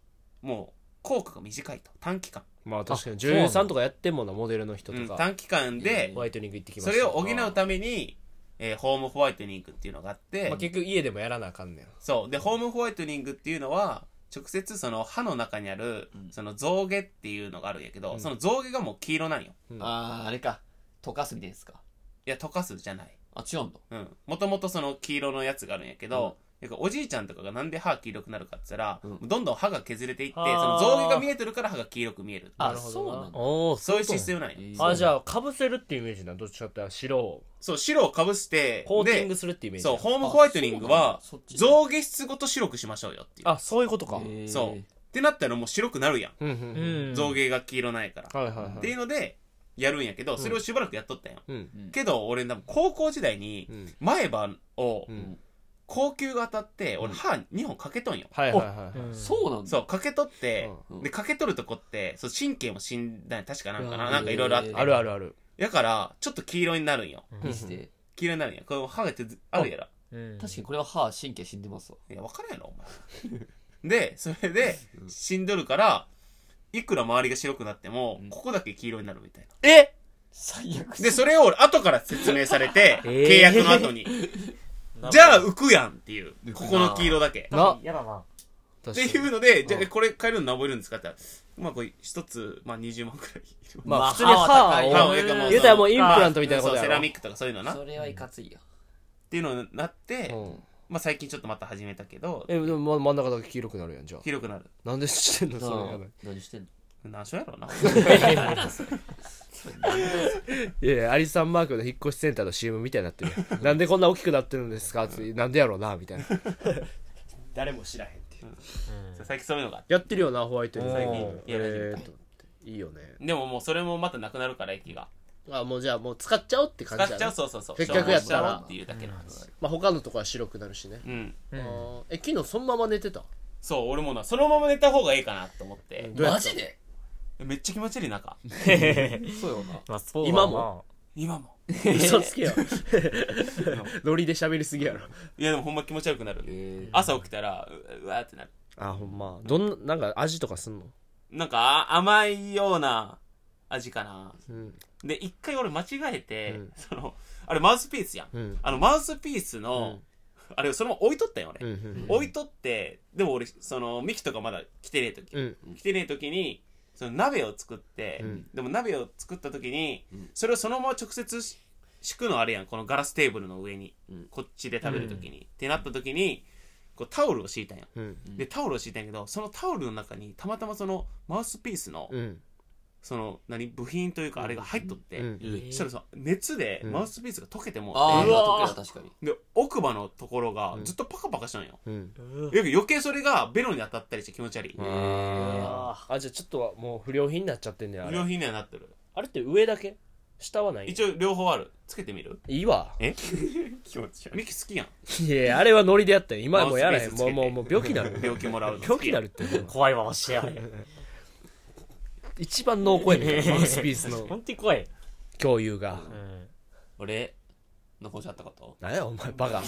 Speaker 4: もう効果が短いと。短期間。
Speaker 1: まあ確かに、女優さんとかやってんもんな、モデルの人
Speaker 4: うん
Speaker 1: とか。
Speaker 4: 短期間で
Speaker 1: ホ、ワイトニング行ってきま
Speaker 4: そ
Speaker 1: した。
Speaker 4: れを補うために、えーホームホワイトニングっていうのがあって、
Speaker 1: まあ、結局家でもやらなあかんねん。
Speaker 4: そう。で、ホームホワイトニングっていうのは、直接その歯の中にある
Speaker 2: うん、
Speaker 4: その象牙っていうのがあるんやけど、
Speaker 1: うん
Speaker 4: その象牙がもう黄色なんよ。
Speaker 2: あああれか溶かすみたいですか
Speaker 4: いや、溶かすじゃない。
Speaker 2: あ違うんだ
Speaker 4: うん。もともとその黄色のやつがあるんやけど、なんかおじいちゃんとかがなんで歯黄色くなるかって言ったら、
Speaker 2: うん
Speaker 4: どんどん歯が削れていって、そ
Speaker 3: あ
Speaker 4: の
Speaker 3: ー
Speaker 4: 象牙が見えてるから歯が黄色く見える。
Speaker 2: あ
Speaker 1: なるほど
Speaker 2: そうなんだ
Speaker 1: おー、
Speaker 4: そういうシス
Speaker 1: ステム。
Speaker 4: テムなんよ。
Speaker 2: えー
Speaker 1: あ、じゃあ、かぶせるっていうイメージな、どっちかっていうと白を、
Speaker 4: そう、白をかぶして、
Speaker 1: コーティング
Speaker 4: です
Speaker 1: るっていうイメージな。
Speaker 4: そう、ホームホワイトニングは
Speaker 2: あ、そうなんだそっ
Speaker 4: 象
Speaker 2: ち
Speaker 4: 牙質ごと白くしましょうよっていう。
Speaker 1: あ、そういうことか。
Speaker 2: えー
Speaker 4: そう。ってなったらもう白くなるやん。
Speaker 1: うん、うん、うん。
Speaker 4: 象牙が黄色ないから。
Speaker 1: はいはいはい。
Speaker 4: っていうので、やるんやけど、それをしばらくやっとったんよ。
Speaker 1: うん、
Speaker 4: けど、俺、多分高校時代に
Speaker 1: う、ん。
Speaker 4: 前歯を
Speaker 1: う、ん。
Speaker 4: 高級が当たって、俺、歯2本かけとんよ。
Speaker 1: はいはいはい。
Speaker 2: そうなんだ
Speaker 4: そう、かけとって、
Speaker 2: うん
Speaker 4: で、かけとるとこって、そう、神経も死んだん確かなんか
Speaker 2: う
Speaker 4: な、
Speaker 2: ん
Speaker 4: なんかいろいろあって。
Speaker 1: あるあるある。
Speaker 4: だから、ちょっと黄色になるんよ。
Speaker 2: 見せて
Speaker 4: 黄色になるんよ。これ、歯がてあるやろ。
Speaker 2: 確かにこれは歯神経死んでますわ
Speaker 4: いや、わからんやろ、お前。で、それで、死んどるから、いくら周りが白くなっても、ここだけ黄色になるみたいな。
Speaker 1: え
Speaker 2: 最悪
Speaker 4: で、それを俺後から説明されて、
Speaker 1: えー
Speaker 4: 契約の後に。じゃあ浮くやんっていう。ここの黄色だけ。
Speaker 1: な、
Speaker 3: やだな
Speaker 4: っていうので、じゃあこれ買えるの何ぼいるんですかって言ったら、まあこれ一つ、まあ20万くらいいる。
Speaker 1: ま
Speaker 2: ま
Speaker 1: あ
Speaker 2: あ
Speaker 1: 普通に歯を、
Speaker 4: 歯を言うかも
Speaker 1: 言うたらもうインプラントみたいなこと
Speaker 4: そう、
Speaker 1: や
Speaker 4: セ
Speaker 1: ろ
Speaker 4: ラミックとかそういうのな。っ
Speaker 2: それはいかついよ
Speaker 4: ていうのになって、
Speaker 1: うん
Speaker 4: まあ最近ちょっとまた始めたけど、
Speaker 1: えでもま真ん中だけ黄色くなるやんじゃあ
Speaker 4: 黄色くなる。
Speaker 1: なんでしてんのそ
Speaker 2: なあ
Speaker 1: れ
Speaker 2: 何してんの
Speaker 4: 何しようや ろうな。
Speaker 1: いやいやアリサンマークの引っ越しセンターの CM みたいになってる やんなんでこんな大きくなってるんですかってなんでやろうなみたいな
Speaker 4: 誰も知らへんっていう。そう最近そういうのがあって。
Speaker 1: やってるよなホワイトに
Speaker 4: 最近やり始め
Speaker 1: え
Speaker 4: た
Speaker 1: ーと思っていいよね
Speaker 4: でももうそれもまたなくなるから、駅が。
Speaker 1: あもうじゃあもう使っちゃおうって感
Speaker 4: 使
Speaker 1: じ
Speaker 4: っちゃう、そうそうそう。
Speaker 1: せっかくやったら
Speaker 4: 消耗しちゃおうっていうだけの話。
Speaker 1: まあ他のとこは白くなるしね
Speaker 4: うん。
Speaker 1: あーえ昨日そのまま寝てた
Speaker 4: そう、俺もな、そのまま寝た方がいいかなと思って。
Speaker 1: どうやった
Speaker 2: マジで
Speaker 4: めっちゃ気持ち悪い中。
Speaker 2: そうよな
Speaker 3: まあそうだな
Speaker 1: 今も
Speaker 4: 今も。
Speaker 1: 嘘つけ よノリで喋りすぎやろ
Speaker 4: いやでもほんま気持ち悪くなる
Speaker 2: え
Speaker 4: 朝起きたらううわーってなる
Speaker 1: あほんまどんななんか味とかすんの
Speaker 4: なんかあ甘いような味かな
Speaker 1: うん
Speaker 4: で一回俺間違えて、
Speaker 1: うん
Speaker 4: そのあれマウスピースやん
Speaker 1: うん
Speaker 4: あのマウスピースの、あれをそのまま置いとったよ
Speaker 1: うん
Speaker 4: 俺、
Speaker 1: うんうん
Speaker 4: 置いとってでも俺そのミキとかまだ来てねえ時、
Speaker 1: うん
Speaker 4: 来てねえ時にその鍋を作って、
Speaker 1: うん
Speaker 4: でも鍋を作った時に、
Speaker 2: うん
Speaker 4: それをそのまま直接し敷くのあれやんこのガラステーブルの上に、
Speaker 2: うん
Speaker 4: こっちで食べる時に、ってなった時にこうタオルを敷いたんや
Speaker 1: うん
Speaker 2: うん
Speaker 4: でタオルを敷いたんやけどそのタオルの中にたまたまそのマウスピースの、
Speaker 1: うん
Speaker 4: その何部品というかあれが入っとって、
Speaker 1: うん
Speaker 2: ー
Speaker 4: そしたらさ熱で
Speaker 1: うん
Speaker 4: マウスピースが溶けてもうて、
Speaker 2: ああ、
Speaker 1: う
Speaker 2: ま
Speaker 1: わ
Speaker 2: あ、時計は確かに。
Speaker 4: で奥歯のところが
Speaker 1: うん
Speaker 4: ずっとパカパカしたんよ、
Speaker 1: うん
Speaker 3: うわ
Speaker 4: よく余計それがベロに当たったりして気持ち悪い、
Speaker 1: あ
Speaker 3: ー
Speaker 1: ーあじゃあちょっとはもう不良品になっちゃってんねやあ
Speaker 4: 不良
Speaker 1: れ
Speaker 4: 品にはなってる
Speaker 1: あれって上だけ下はない
Speaker 4: 一応両方あるつけてみる
Speaker 1: いいわ
Speaker 4: え
Speaker 2: 気持ち悪い。
Speaker 4: ミキ好きやん
Speaker 1: いやあれはノリでやったよ今はもうやらへん
Speaker 4: マウスピ
Speaker 1: もう
Speaker 4: ースつけて
Speaker 1: もうもう病気なる
Speaker 4: 病気もらうの好
Speaker 1: 病
Speaker 4: き
Speaker 1: 気
Speaker 4: や
Speaker 1: なんるってほんま
Speaker 3: 怖いわマジであれ
Speaker 1: 一番濃厚やねんマウスピースの
Speaker 3: 本当に怖い
Speaker 1: 共有が
Speaker 3: うん
Speaker 2: 俺、残しあったこと
Speaker 1: 何やお前バカ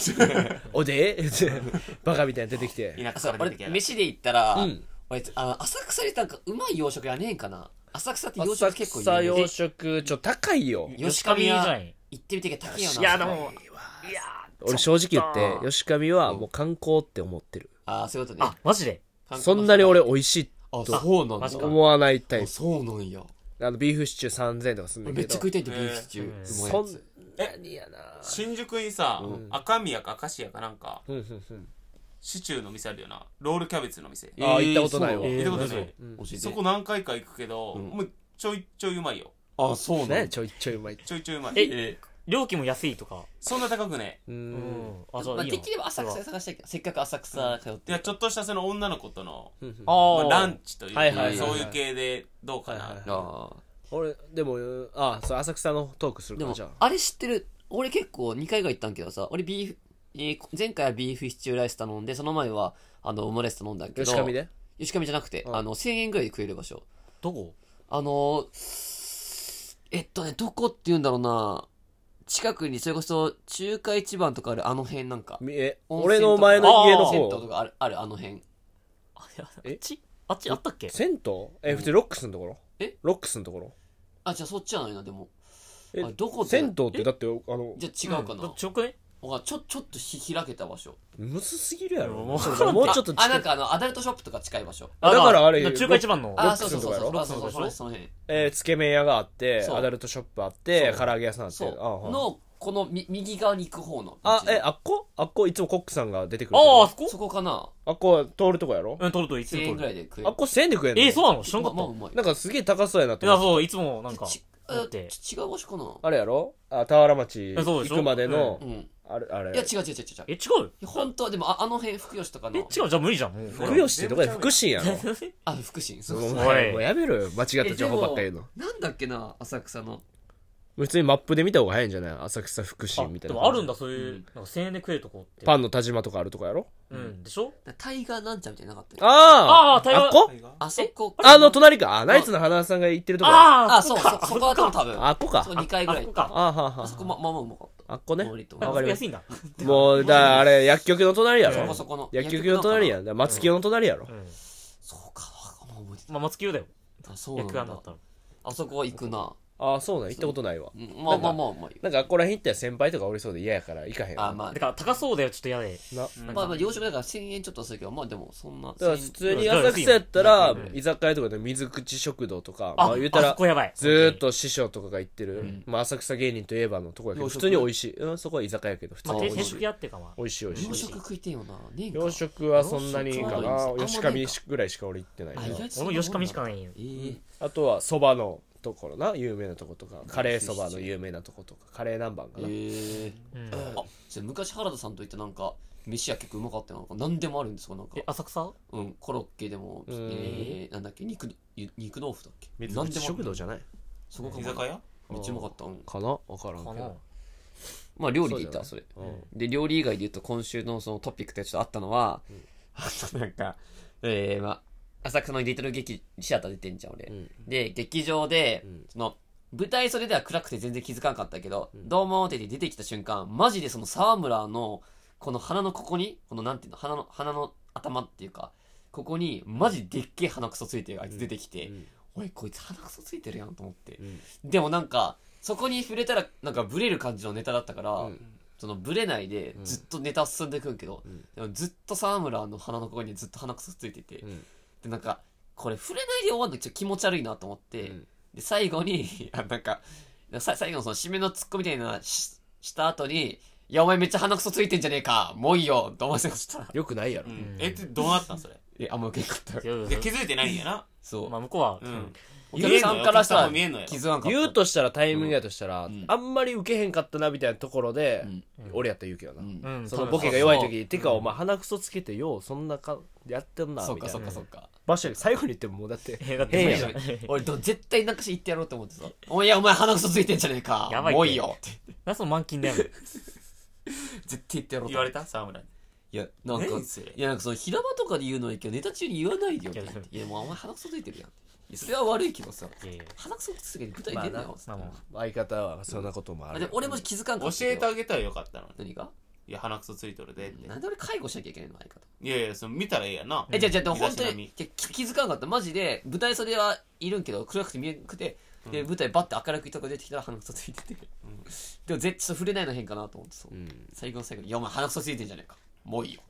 Speaker 1: おで バカみたいなの出てきて
Speaker 4: 田舎
Speaker 2: そう
Speaker 4: から出てきや
Speaker 2: 俺、
Speaker 4: がっ
Speaker 2: 飯で行ったら、
Speaker 1: うん
Speaker 2: 俺、あ浅草でなんかうまい洋食やねえんかな。浅草って洋
Speaker 1: 浅
Speaker 2: 食結構
Speaker 1: 草
Speaker 2: 有名
Speaker 1: 洋食ちょ高いよ
Speaker 2: で吉上
Speaker 3: いいじゃ
Speaker 2: 屋
Speaker 3: ん
Speaker 2: 行ってみてけど高いよな。
Speaker 3: いやでも
Speaker 1: 俺正直言って吉上はもう観光って思ってる
Speaker 2: ああ、そういうことね。
Speaker 3: あマジで
Speaker 2: 観光の人
Speaker 1: そんなに俺、美味しい
Speaker 2: あ、そうなん
Speaker 3: マジ
Speaker 2: だ
Speaker 3: か。
Speaker 1: 思わないタイ
Speaker 2: あ
Speaker 1: プ
Speaker 2: そうなんや。
Speaker 1: あのビーフシチュー3000円とかすんだ
Speaker 2: 俺め
Speaker 1: け
Speaker 2: っちゃ
Speaker 1: ど
Speaker 2: 食いたいってビーフシチ
Speaker 3: え
Speaker 2: ュ
Speaker 3: ー
Speaker 2: ー。うまい
Speaker 1: そ
Speaker 2: や
Speaker 1: ん
Speaker 2: つ。
Speaker 1: なにやな
Speaker 4: 新宿にさ、赤宮か明石家かなんか
Speaker 1: うんうんうん
Speaker 4: シチューの店あるよなロールキャベツの店、
Speaker 1: あー行ったことないわ
Speaker 2: えー
Speaker 4: 行ったことない
Speaker 2: そうなの教えて。
Speaker 4: そこ何回か行くけど、
Speaker 2: うん
Speaker 4: もうちょいちょいうまいよ
Speaker 2: あ、そうなん
Speaker 1: 何や
Speaker 2: だ。
Speaker 1: ちょいちょいうまい
Speaker 4: ちょいちょいうまい
Speaker 3: え
Speaker 2: え
Speaker 3: 料金も安いとか
Speaker 4: そんな高くね
Speaker 1: う
Speaker 3: うんんあじゃ
Speaker 2: ま
Speaker 3: あ
Speaker 2: あ
Speaker 3: いいの
Speaker 2: できれば浅草で探したいけど、せっかく浅草通っ
Speaker 4: い
Speaker 2: て
Speaker 4: や。ちょっとしたその女の子との
Speaker 3: あ
Speaker 4: まあ
Speaker 3: ー
Speaker 4: ランチというか、
Speaker 1: はいはい
Speaker 2: はいはい
Speaker 4: そういう系でどうかな、
Speaker 1: はいはい
Speaker 2: ああ。
Speaker 1: 俺でもあそう浅草のトークする
Speaker 2: で
Speaker 1: か
Speaker 2: も
Speaker 1: じゃあ、
Speaker 2: あれ知ってる俺結構2回ぐらい行ったんけどさ、俺ビーフ、えー前回はビーフシチューライス頼んで、その前は、あの、オムライス頼んだけど、
Speaker 1: 吉上で
Speaker 2: 吉上じゃなくて、
Speaker 1: うん
Speaker 2: あの、1000円ぐらいで食える場所。
Speaker 3: どこ
Speaker 2: あのーえっとね、どこって言うんだろうな近くに、それこそ、中華一番とかあるあの辺なんか。
Speaker 1: みえ
Speaker 2: 温
Speaker 1: 俺
Speaker 2: 泉と
Speaker 1: の
Speaker 2: か
Speaker 1: 前の家の
Speaker 2: 銭湯と
Speaker 1: 方
Speaker 2: かある、あるあの辺。
Speaker 3: あいやあ
Speaker 1: え
Speaker 3: っちあっちあったっけ
Speaker 1: 銭湯え普通にロックスのところ
Speaker 2: え
Speaker 1: ロックスのところ
Speaker 2: あ、じゃあそっちじゃないな、でも。
Speaker 1: え
Speaker 2: あどこだ
Speaker 1: 銭湯ってだってあの
Speaker 2: じゃあ違うかな。
Speaker 3: どちょくね
Speaker 2: わかんないちょ、ちょっとひ開けた場所。
Speaker 1: むずすぎるやろ
Speaker 3: もう
Speaker 1: それもうちょっと
Speaker 2: あ、あな
Speaker 1: 近
Speaker 2: ん
Speaker 1: く
Speaker 2: かあの、アダルトショップとか近い場所。
Speaker 1: あだからあれ
Speaker 3: 中華一番の
Speaker 2: あ、
Speaker 1: ッ
Speaker 2: そ
Speaker 1: ク
Speaker 2: う
Speaker 1: ス
Speaker 2: そ
Speaker 1: の
Speaker 2: う
Speaker 1: と
Speaker 2: そう
Speaker 1: こやろ
Speaker 3: ロッ
Speaker 2: そう。あ、そうそ
Speaker 3: クスの
Speaker 2: う
Speaker 3: とこで
Speaker 2: そう。
Speaker 3: しょ
Speaker 2: その辺。
Speaker 1: えーつけ麺屋があって
Speaker 2: そう
Speaker 1: アダルトショップあって
Speaker 2: そう
Speaker 1: 唐揚げ屋さんあって
Speaker 2: そう。
Speaker 1: あはい
Speaker 2: の、このみ右側に行く方の道。
Speaker 1: あえあっこあっこいつもコックさんが出てくるとこ
Speaker 3: ああそこ
Speaker 2: そこかな
Speaker 1: あっこ通るとこやろ
Speaker 3: うん取るといつも
Speaker 2: 1000円
Speaker 3: 取
Speaker 2: ぐら
Speaker 3: る
Speaker 2: いで食える。
Speaker 1: あっこ1000円で食えんの
Speaker 3: えーそうなの知らん
Speaker 2: ま
Speaker 3: か
Speaker 2: あ
Speaker 3: っ
Speaker 2: まあう
Speaker 3: た
Speaker 2: まい。
Speaker 1: なんかすげえ高そうやなと
Speaker 3: いや
Speaker 1: 思って
Speaker 3: そういつもなんか
Speaker 2: ち
Speaker 3: だ
Speaker 2: あ
Speaker 3: っ
Speaker 2: ち
Speaker 3: て
Speaker 2: 違う場所かな
Speaker 1: あれやろあ田原町
Speaker 3: えそうでし
Speaker 1: 行
Speaker 3: ょ
Speaker 1: くまでの
Speaker 2: うん。い
Speaker 1: あれあ
Speaker 2: や、
Speaker 1: れ
Speaker 2: 違う違う違う違う。
Speaker 3: え違う
Speaker 2: いや本当はでもああの辺福吉とか
Speaker 3: え違
Speaker 2: の
Speaker 3: うじゃあ無理じゃんもうほら
Speaker 1: 福 吉ってとこで福神やろ
Speaker 2: あ福神そう
Speaker 1: お
Speaker 2: そう
Speaker 1: 前
Speaker 3: おい
Speaker 1: もうやめろよ間違った情報ばっかり言うの
Speaker 2: なんだっけな浅草の
Speaker 1: 普通にマップで見た方が早いんじゃない浅草福
Speaker 3: あ
Speaker 1: 神みたい
Speaker 3: で
Speaker 1: な
Speaker 3: もあるんだそう
Speaker 2: う
Speaker 3: い
Speaker 2: ん
Speaker 3: うなんか1000円で食えるとこって
Speaker 1: パンの田島とかあるとこやろ
Speaker 3: うんでしょ
Speaker 2: なタイガーなんちゃんみたいなのなかったっけ
Speaker 1: ああ
Speaker 3: あー台湾
Speaker 1: あっこ
Speaker 2: あそこ
Speaker 1: あの隣かあナイツの花さんが行ってるとこや
Speaker 3: あ
Speaker 2: あ
Speaker 3: あ
Speaker 2: そう
Speaker 3: か
Speaker 2: そそこは多分
Speaker 1: あっこか
Speaker 2: そう2回ぐらい行っ
Speaker 3: ああ
Speaker 2: た
Speaker 1: あはは
Speaker 2: あそこままあまあうまかっ
Speaker 1: あっこ
Speaker 2: た
Speaker 1: ね
Speaker 2: 割と
Speaker 1: わか
Speaker 3: あ
Speaker 1: ります
Speaker 3: 安いんだ
Speaker 1: もうだからあれ薬局の隣や
Speaker 2: そこ
Speaker 1: ろ
Speaker 2: そこの
Speaker 1: 薬局の隣やんだから松木の隣やろ
Speaker 3: うん
Speaker 2: そうかわかんない覚えて
Speaker 3: まあ松木用だよ
Speaker 2: たあそう
Speaker 3: 役
Speaker 2: な
Speaker 3: 案
Speaker 2: ん
Speaker 3: だ
Speaker 2: だ
Speaker 3: ったら
Speaker 2: あそこは行くな
Speaker 1: ああそうなん行ったことないわ
Speaker 2: うんまあまあまあま
Speaker 1: なんかここら辺行ったら先輩とかおりそうで嫌やから行かへん
Speaker 2: あ
Speaker 1: わ
Speaker 2: あまあ
Speaker 3: だから高そうだよちょっと嫌で
Speaker 1: な
Speaker 4: うん
Speaker 2: まあまあ洋食だから1000円ちょっとするけどまあでもそんな
Speaker 1: だから
Speaker 2: 1000
Speaker 1: 普
Speaker 2: 円
Speaker 1: 通に浅草やったら
Speaker 2: うん
Speaker 1: 居酒屋とかで水口食堂とかま
Speaker 3: あ
Speaker 1: あ言うた
Speaker 3: あそ
Speaker 1: ら
Speaker 3: こやばい
Speaker 1: ずーっと師匠とかが行ってる、
Speaker 2: ん
Speaker 1: まあ、浅草芸人といえばのとこやけど
Speaker 2: 洋
Speaker 1: 普
Speaker 2: 食
Speaker 1: 通に美味しい、うん、そこは居酒屋やけど普通
Speaker 3: まあ
Speaker 1: に
Speaker 3: 定
Speaker 1: 美味
Speaker 3: 定
Speaker 1: しい
Speaker 3: 食屋っていうかまあ
Speaker 1: 美味しい美味し
Speaker 2: 洋
Speaker 1: い
Speaker 2: 食食いてえよなねえんか
Speaker 1: 洋食はそんなにいいか
Speaker 2: 洋食はあんま
Speaker 1: な
Speaker 2: ない
Speaker 1: 吉上しぐらいしか俺行ってないな
Speaker 2: あ意外とそん
Speaker 3: 俺
Speaker 2: な
Speaker 3: も吉上しか
Speaker 2: もん
Speaker 3: ないよ
Speaker 2: えー
Speaker 1: あとはそばのところな有名なとことかカレーそばの有名なとことかカレー南蛮かな、
Speaker 2: え
Speaker 3: うん
Speaker 2: ー、あそれ昔原田さんと言ってなんか飯は結構うまかったよなんか何でもあるんですよなんか
Speaker 3: え、浅草
Speaker 2: うん、コロッケでも、え
Speaker 1: ん
Speaker 2: ー、なんだっけ肉ゆ肉豆腐だっけ
Speaker 1: 水
Speaker 2: 何
Speaker 1: 口
Speaker 2: でも
Speaker 1: 食堂じゃない
Speaker 2: そこ
Speaker 4: 居
Speaker 2: かも
Speaker 4: 酒屋
Speaker 2: めっちゃうまかった、うん、
Speaker 1: かな分からん
Speaker 3: か
Speaker 1: け
Speaker 3: な
Speaker 1: ど
Speaker 2: まあ料理で言ったわそ
Speaker 1: そう
Speaker 2: れ
Speaker 1: じゃないうん
Speaker 2: で料理以外で言うと今週のそのトピックでちょっとあったのは、あとなんかえー、まあ浅草のリトル劇シアター出てんじゃん俺、
Speaker 1: ん
Speaker 2: で劇場で、
Speaker 1: ん
Speaker 2: その舞台袖では暗くて全然気づかなかったけど、どうもーって言って出てきた瞬間、マジでその沢村の、この鼻のここに、このなんていうの、鼻の、鼻の頭っていうか、ここに、マジでっけえ鼻くそついてるあいつ出てきて、
Speaker 1: ん
Speaker 2: おい、こいつ鼻くそついてるやんと思って。
Speaker 1: ん
Speaker 2: でもなんか、そこに触れたら、なんかブレる感じのネタだったから、
Speaker 1: ん
Speaker 2: そのブレないで
Speaker 1: ん
Speaker 2: ずっとネタ進んでくるけど、
Speaker 1: ん
Speaker 2: でもずっと沢村の鼻のここにずっと鼻くそついてて、
Speaker 1: うん
Speaker 2: でなんかこれ触れないで終わるのちょっと気持ち悪いなと思って、
Speaker 1: うん
Speaker 2: で最後に あなんかさ最後のその締めのツッコミみたいなしした後に「いやお前めっちゃ鼻くそついてんじゃねえかもういいよ」と思わせま した
Speaker 1: よくないやろ、
Speaker 4: うんえってどうなったんそれ
Speaker 2: えあんま受けんかった
Speaker 3: いや
Speaker 4: いや気づいてないんやな
Speaker 2: そう、
Speaker 3: まあ、向こうは、
Speaker 4: うん
Speaker 2: お客さんからしたら
Speaker 4: 見えんのよ
Speaker 2: 気づかんかった
Speaker 1: 言うとしたらタイミングやとしたら、
Speaker 2: ん
Speaker 1: あんまり受けへんかったなみたいなところで、
Speaker 2: うん
Speaker 1: 俺やったら言うけどな、
Speaker 2: うん
Speaker 3: うん
Speaker 1: そのボケが弱い時
Speaker 2: そう
Speaker 1: に「てかお前鼻くそつけてようそんなかやってんな」
Speaker 2: そう
Speaker 1: み
Speaker 2: か
Speaker 1: たい
Speaker 2: そう
Speaker 1: な
Speaker 2: かそうか
Speaker 1: 場所に最後に言ってももうだって
Speaker 3: えだって
Speaker 1: 変
Speaker 3: 無
Speaker 1: や
Speaker 3: 理
Speaker 1: ん
Speaker 3: じゃん。
Speaker 2: 俺でも絶対なんかし言ってやろうと思ってさ「おいいやお前鼻くそついてんじゃねえか
Speaker 3: やばいって
Speaker 2: もういいよ」って
Speaker 3: なその満金だよ。
Speaker 2: 絶対言ってやろう
Speaker 4: 言われた沢村に
Speaker 2: いや、なんか、
Speaker 4: 何それ
Speaker 2: いや、なんかその平場とかで言うのはいいけど、ネタ中に言わないでよって言って
Speaker 3: いや
Speaker 2: いや、もうお前鼻くそついてるやん。いや、それは悪いけどさ、
Speaker 3: いやいや
Speaker 2: 鼻くそつけて舞台出んなよ。
Speaker 3: まあまあ
Speaker 1: 相方はそんなこともあ
Speaker 2: あ
Speaker 1: る
Speaker 2: で俺も気づかんか
Speaker 4: 教
Speaker 2: ったけ
Speaker 4: え
Speaker 2: ど
Speaker 4: てあげたらよかったのに
Speaker 2: 何が
Speaker 4: いや鼻くそついとるでって
Speaker 2: なんで俺介護しなきゃいけないの相方。
Speaker 4: いやいやその見たらええやんな
Speaker 2: え、じゃあじゃあでも本当
Speaker 4: 身だしな
Speaker 2: に
Speaker 4: み
Speaker 2: いや気気づかんかった。マジで、舞台袖はいるんけど、暗くて見えなくて、で、舞台バッて明るく人が出てきたら鼻くそついてて。でも、絶対触れないの変かなと思ってそう。最後の最後に、いや、お前鼻くそついてんじゃねえか。もういいよ。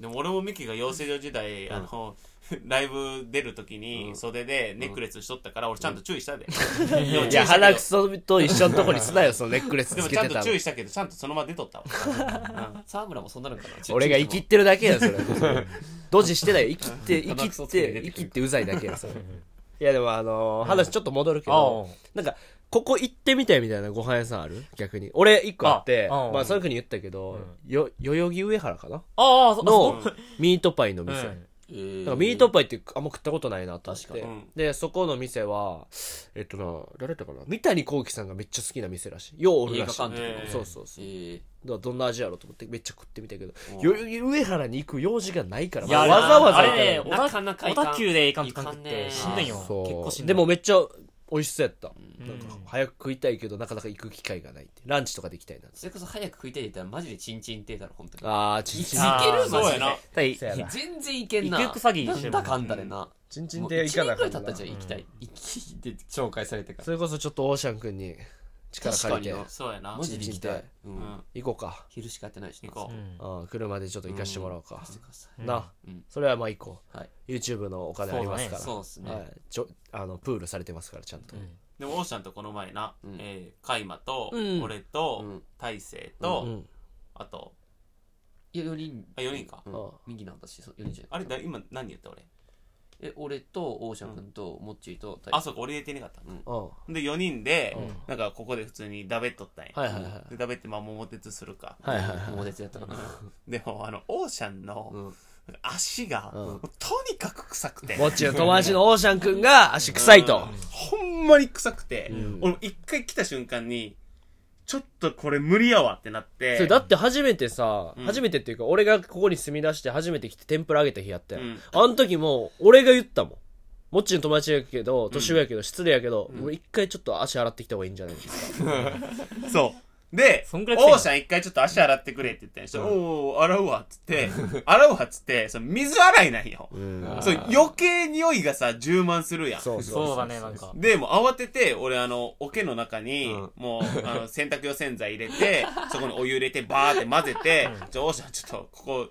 Speaker 4: でも俺もミキが養成所時代、あの、 ライブ出るときに袖でネックレスしとったから、俺ちゃんと注意したで。でも注意
Speaker 1: いや
Speaker 4: したけど
Speaker 1: 鼻くそと一緒のとこにすなよそのネックレス
Speaker 4: で
Speaker 1: つ
Speaker 4: も
Speaker 1: け
Speaker 4: ちゃ
Speaker 1: て
Speaker 4: んと
Speaker 1: たの
Speaker 4: 注意したけど、ちゃんとそのまま出とったわ。
Speaker 2: 沢村もそんなのかな。
Speaker 1: 俺が生きってるだけやそれ ドジしてないよ生きって生
Speaker 2: 鼻く
Speaker 1: き
Speaker 2: そ
Speaker 1: っ
Speaker 2: つけて
Speaker 1: て
Speaker 2: 出て
Speaker 1: 生
Speaker 2: くる
Speaker 1: きってうざいだけやそれいやでもあのー話ちょっと戻るけ
Speaker 3: あ
Speaker 1: どなんかここ行ってみたいみたいなご飯屋さんある逆に俺一個あって
Speaker 3: あうん
Speaker 1: まあそのに言ったけどよ代々木上原かな
Speaker 3: ああ、そ
Speaker 1: のミートパイの店
Speaker 3: う
Speaker 2: えー
Speaker 1: なんかミートパイってあんま食ったことないなと思って
Speaker 2: 確か
Speaker 4: にうん
Speaker 1: でそこの店はえっとな誰だったかな三谷幸喜さんがめっちゃ好きな店らしいようおるらしい
Speaker 2: 映画館とか
Speaker 4: ね
Speaker 1: そうそうそう、
Speaker 2: えー
Speaker 1: だからどんな味やろうと思ってめっちゃ食ってみたけど
Speaker 2: うん
Speaker 1: 代々木上原に行く用事がないから
Speaker 3: いや
Speaker 1: まあわざわざ
Speaker 3: あ
Speaker 1: 行かない
Speaker 3: れね、
Speaker 2: なかなかい
Speaker 3: 小
Speaker 2: かん
Speaker 3: 田急でいかんとかんくっ
Speaker 2: いかんね
Speaker 3: て、しんどいよ。結
Speaker 1: そう
Speaker 3: 構しんど
Speaker 1: で
Speaker 3: い。
Speaker 1: もめっちゃ美味しそうやった、
Speaker 3: うん、
Speaker 1: なんか早く食いたいけどなかなか行く機会がないってランチとかで行きたいな
Speaker 2: それこそ早く食いたいって言ったらマジでチンチンって言ったら本当に
Speaker 1: あーちん
Speaker 2: い
Speaker 1: ち
Speaker 2: け
Speaker 1: ん
Speaker 2: る
Speaker 3: あー
Speaker 2: マ
Speaker 4: そう
Speaker 2: ジ
Speaker 4: や
Speaker 2: で
Speaker 4: な。
Speaker 3: 対
Speaker 1: そうやな
Speaker 2: 全然いけんな
Speaker 3: 行く詐欺してるもん
Speaker 2: なんだかんだでな
Speaker 1: ちんちん
Speaker 2: もう
Speaker 1: で
Speaker 2: 1
Speaker 1: 行
Speaker 2: 年
Speaker 1: かな
Speaker 2: く
Speaker 1: から
Speaker 2: い
Speaker 1: った
Speaker 2: 経ったた
Speaker 1: じ
Speaker 2: じ
Speaker 1: ゃん
Speaker 2: ゃん行きたい行きで紹介されてから
Speaker 1: それこそちょっとオーシャン君に力借りて
Speaker 2: 確か
Speaker 4: そうやな
Speaker 2: マ。ジで行きたい
Speaker 4: うん
Speaker 2: うん
Speaker 1: 行こうか
Speaker 2: 昼しかやってないしな
Speaker 4: 行こう
Speaker 3: うん
Speaker 1: あー車でちょっと行かしてもらおうか
Speaker 2: そ、うかそう
Speaker 1: な、
Speaker 2: うん
Speaker 1: それはまあ行こ
Speaker 2: かはいう
Speaker 1: YouTube のお金ありますから
Speaker 2: そうっす
Speaker 1: は
Speaker 2: ね
Speaker 1: い、ちょあのプールされてますからちゃんと、
Speaker 4: でも、オーシャンとこの前な、
Speaker 2: うん
Speaker 4: えー、カイマと
Speaker 1: う、ん
Speaker 4: 俺
Speaker 2: う
Speaker 4: と
Speaker 2: ん、
Speaker 4: 大勢
Speaker 1: う
Speaker 4: と、
Speaker 1: ん
Speaker 4: あと、
Speaker 2: いや4人
Speaker 4: あ4人か
Speaker 2: うん
Speaker 1: ああ
Speaker 2: 右なんだし4人じゃない
Speaker 4: あれ、だ今何言った俺。
Speaker 2: え俺とオーシャン君とモッチーと大
Speaker 4: あ、そうか、俺入れてなかった。
Speaker 1: うん
Speaker 4: で、4人で、なんかここで普通にダベっとったんや。
Speaker 1: はいはいはい
Speaker 4: で、ダベってまあ桃鉄するか。
Speaker 1: はいはい
Speaker 2: 友達やったかな
Speaker 4: でも、あの、オーシャンの、
Speaker 2: うん
Speaker 4: 足が、
Speaker 1: うん
Speaker 4: とにかく臭くて。
Speaker 1: もちろん友達のオーシャン君が足臭いと。
Speaker 4: ほんまに臭くて、
Speaker 1: ん
Speaker 4: 俺一回来た瞬間に、ちょっとこれ無理やわってなって。
Speaker 1: それだって初めてさ、
Speaker 4: ん
Speaker 1: 初めてっていうか俺がここに住み出して初めて来て天ぷら揚げた日やったよ、
Speaker 4: うん
Speaker 1: あの時も俺が言ったもんもっちの友達やけど年上やけど失礼やけど、俺一回ちょっと足洗ってきた方がいいんじゃないですか
Speaker 4: そう。で、
Speaker 3: そ
Speaker 4: オ
Speaker 3: んくらい臭いの
Speaker 4: ーシャン一回ちょっと足洗ってくれって言ったんやしたら、おーおー、洗うわっつって、洗うわっつって、その水洗いなんよ。そう、余計匂いがさ、充満するやん。
Speaker 1: そうそう
Speaker 3: そうだね、なんか。
Speaker 4: で、もう慌てて、俺あの、桶の中に、
Speaker 2: うん
Speaker 4: もう、あの、洗濯用洗剤入れて、そこにお湯入れて、バーって混ぜて、じゃあ、オーシャンちょっと、ここ、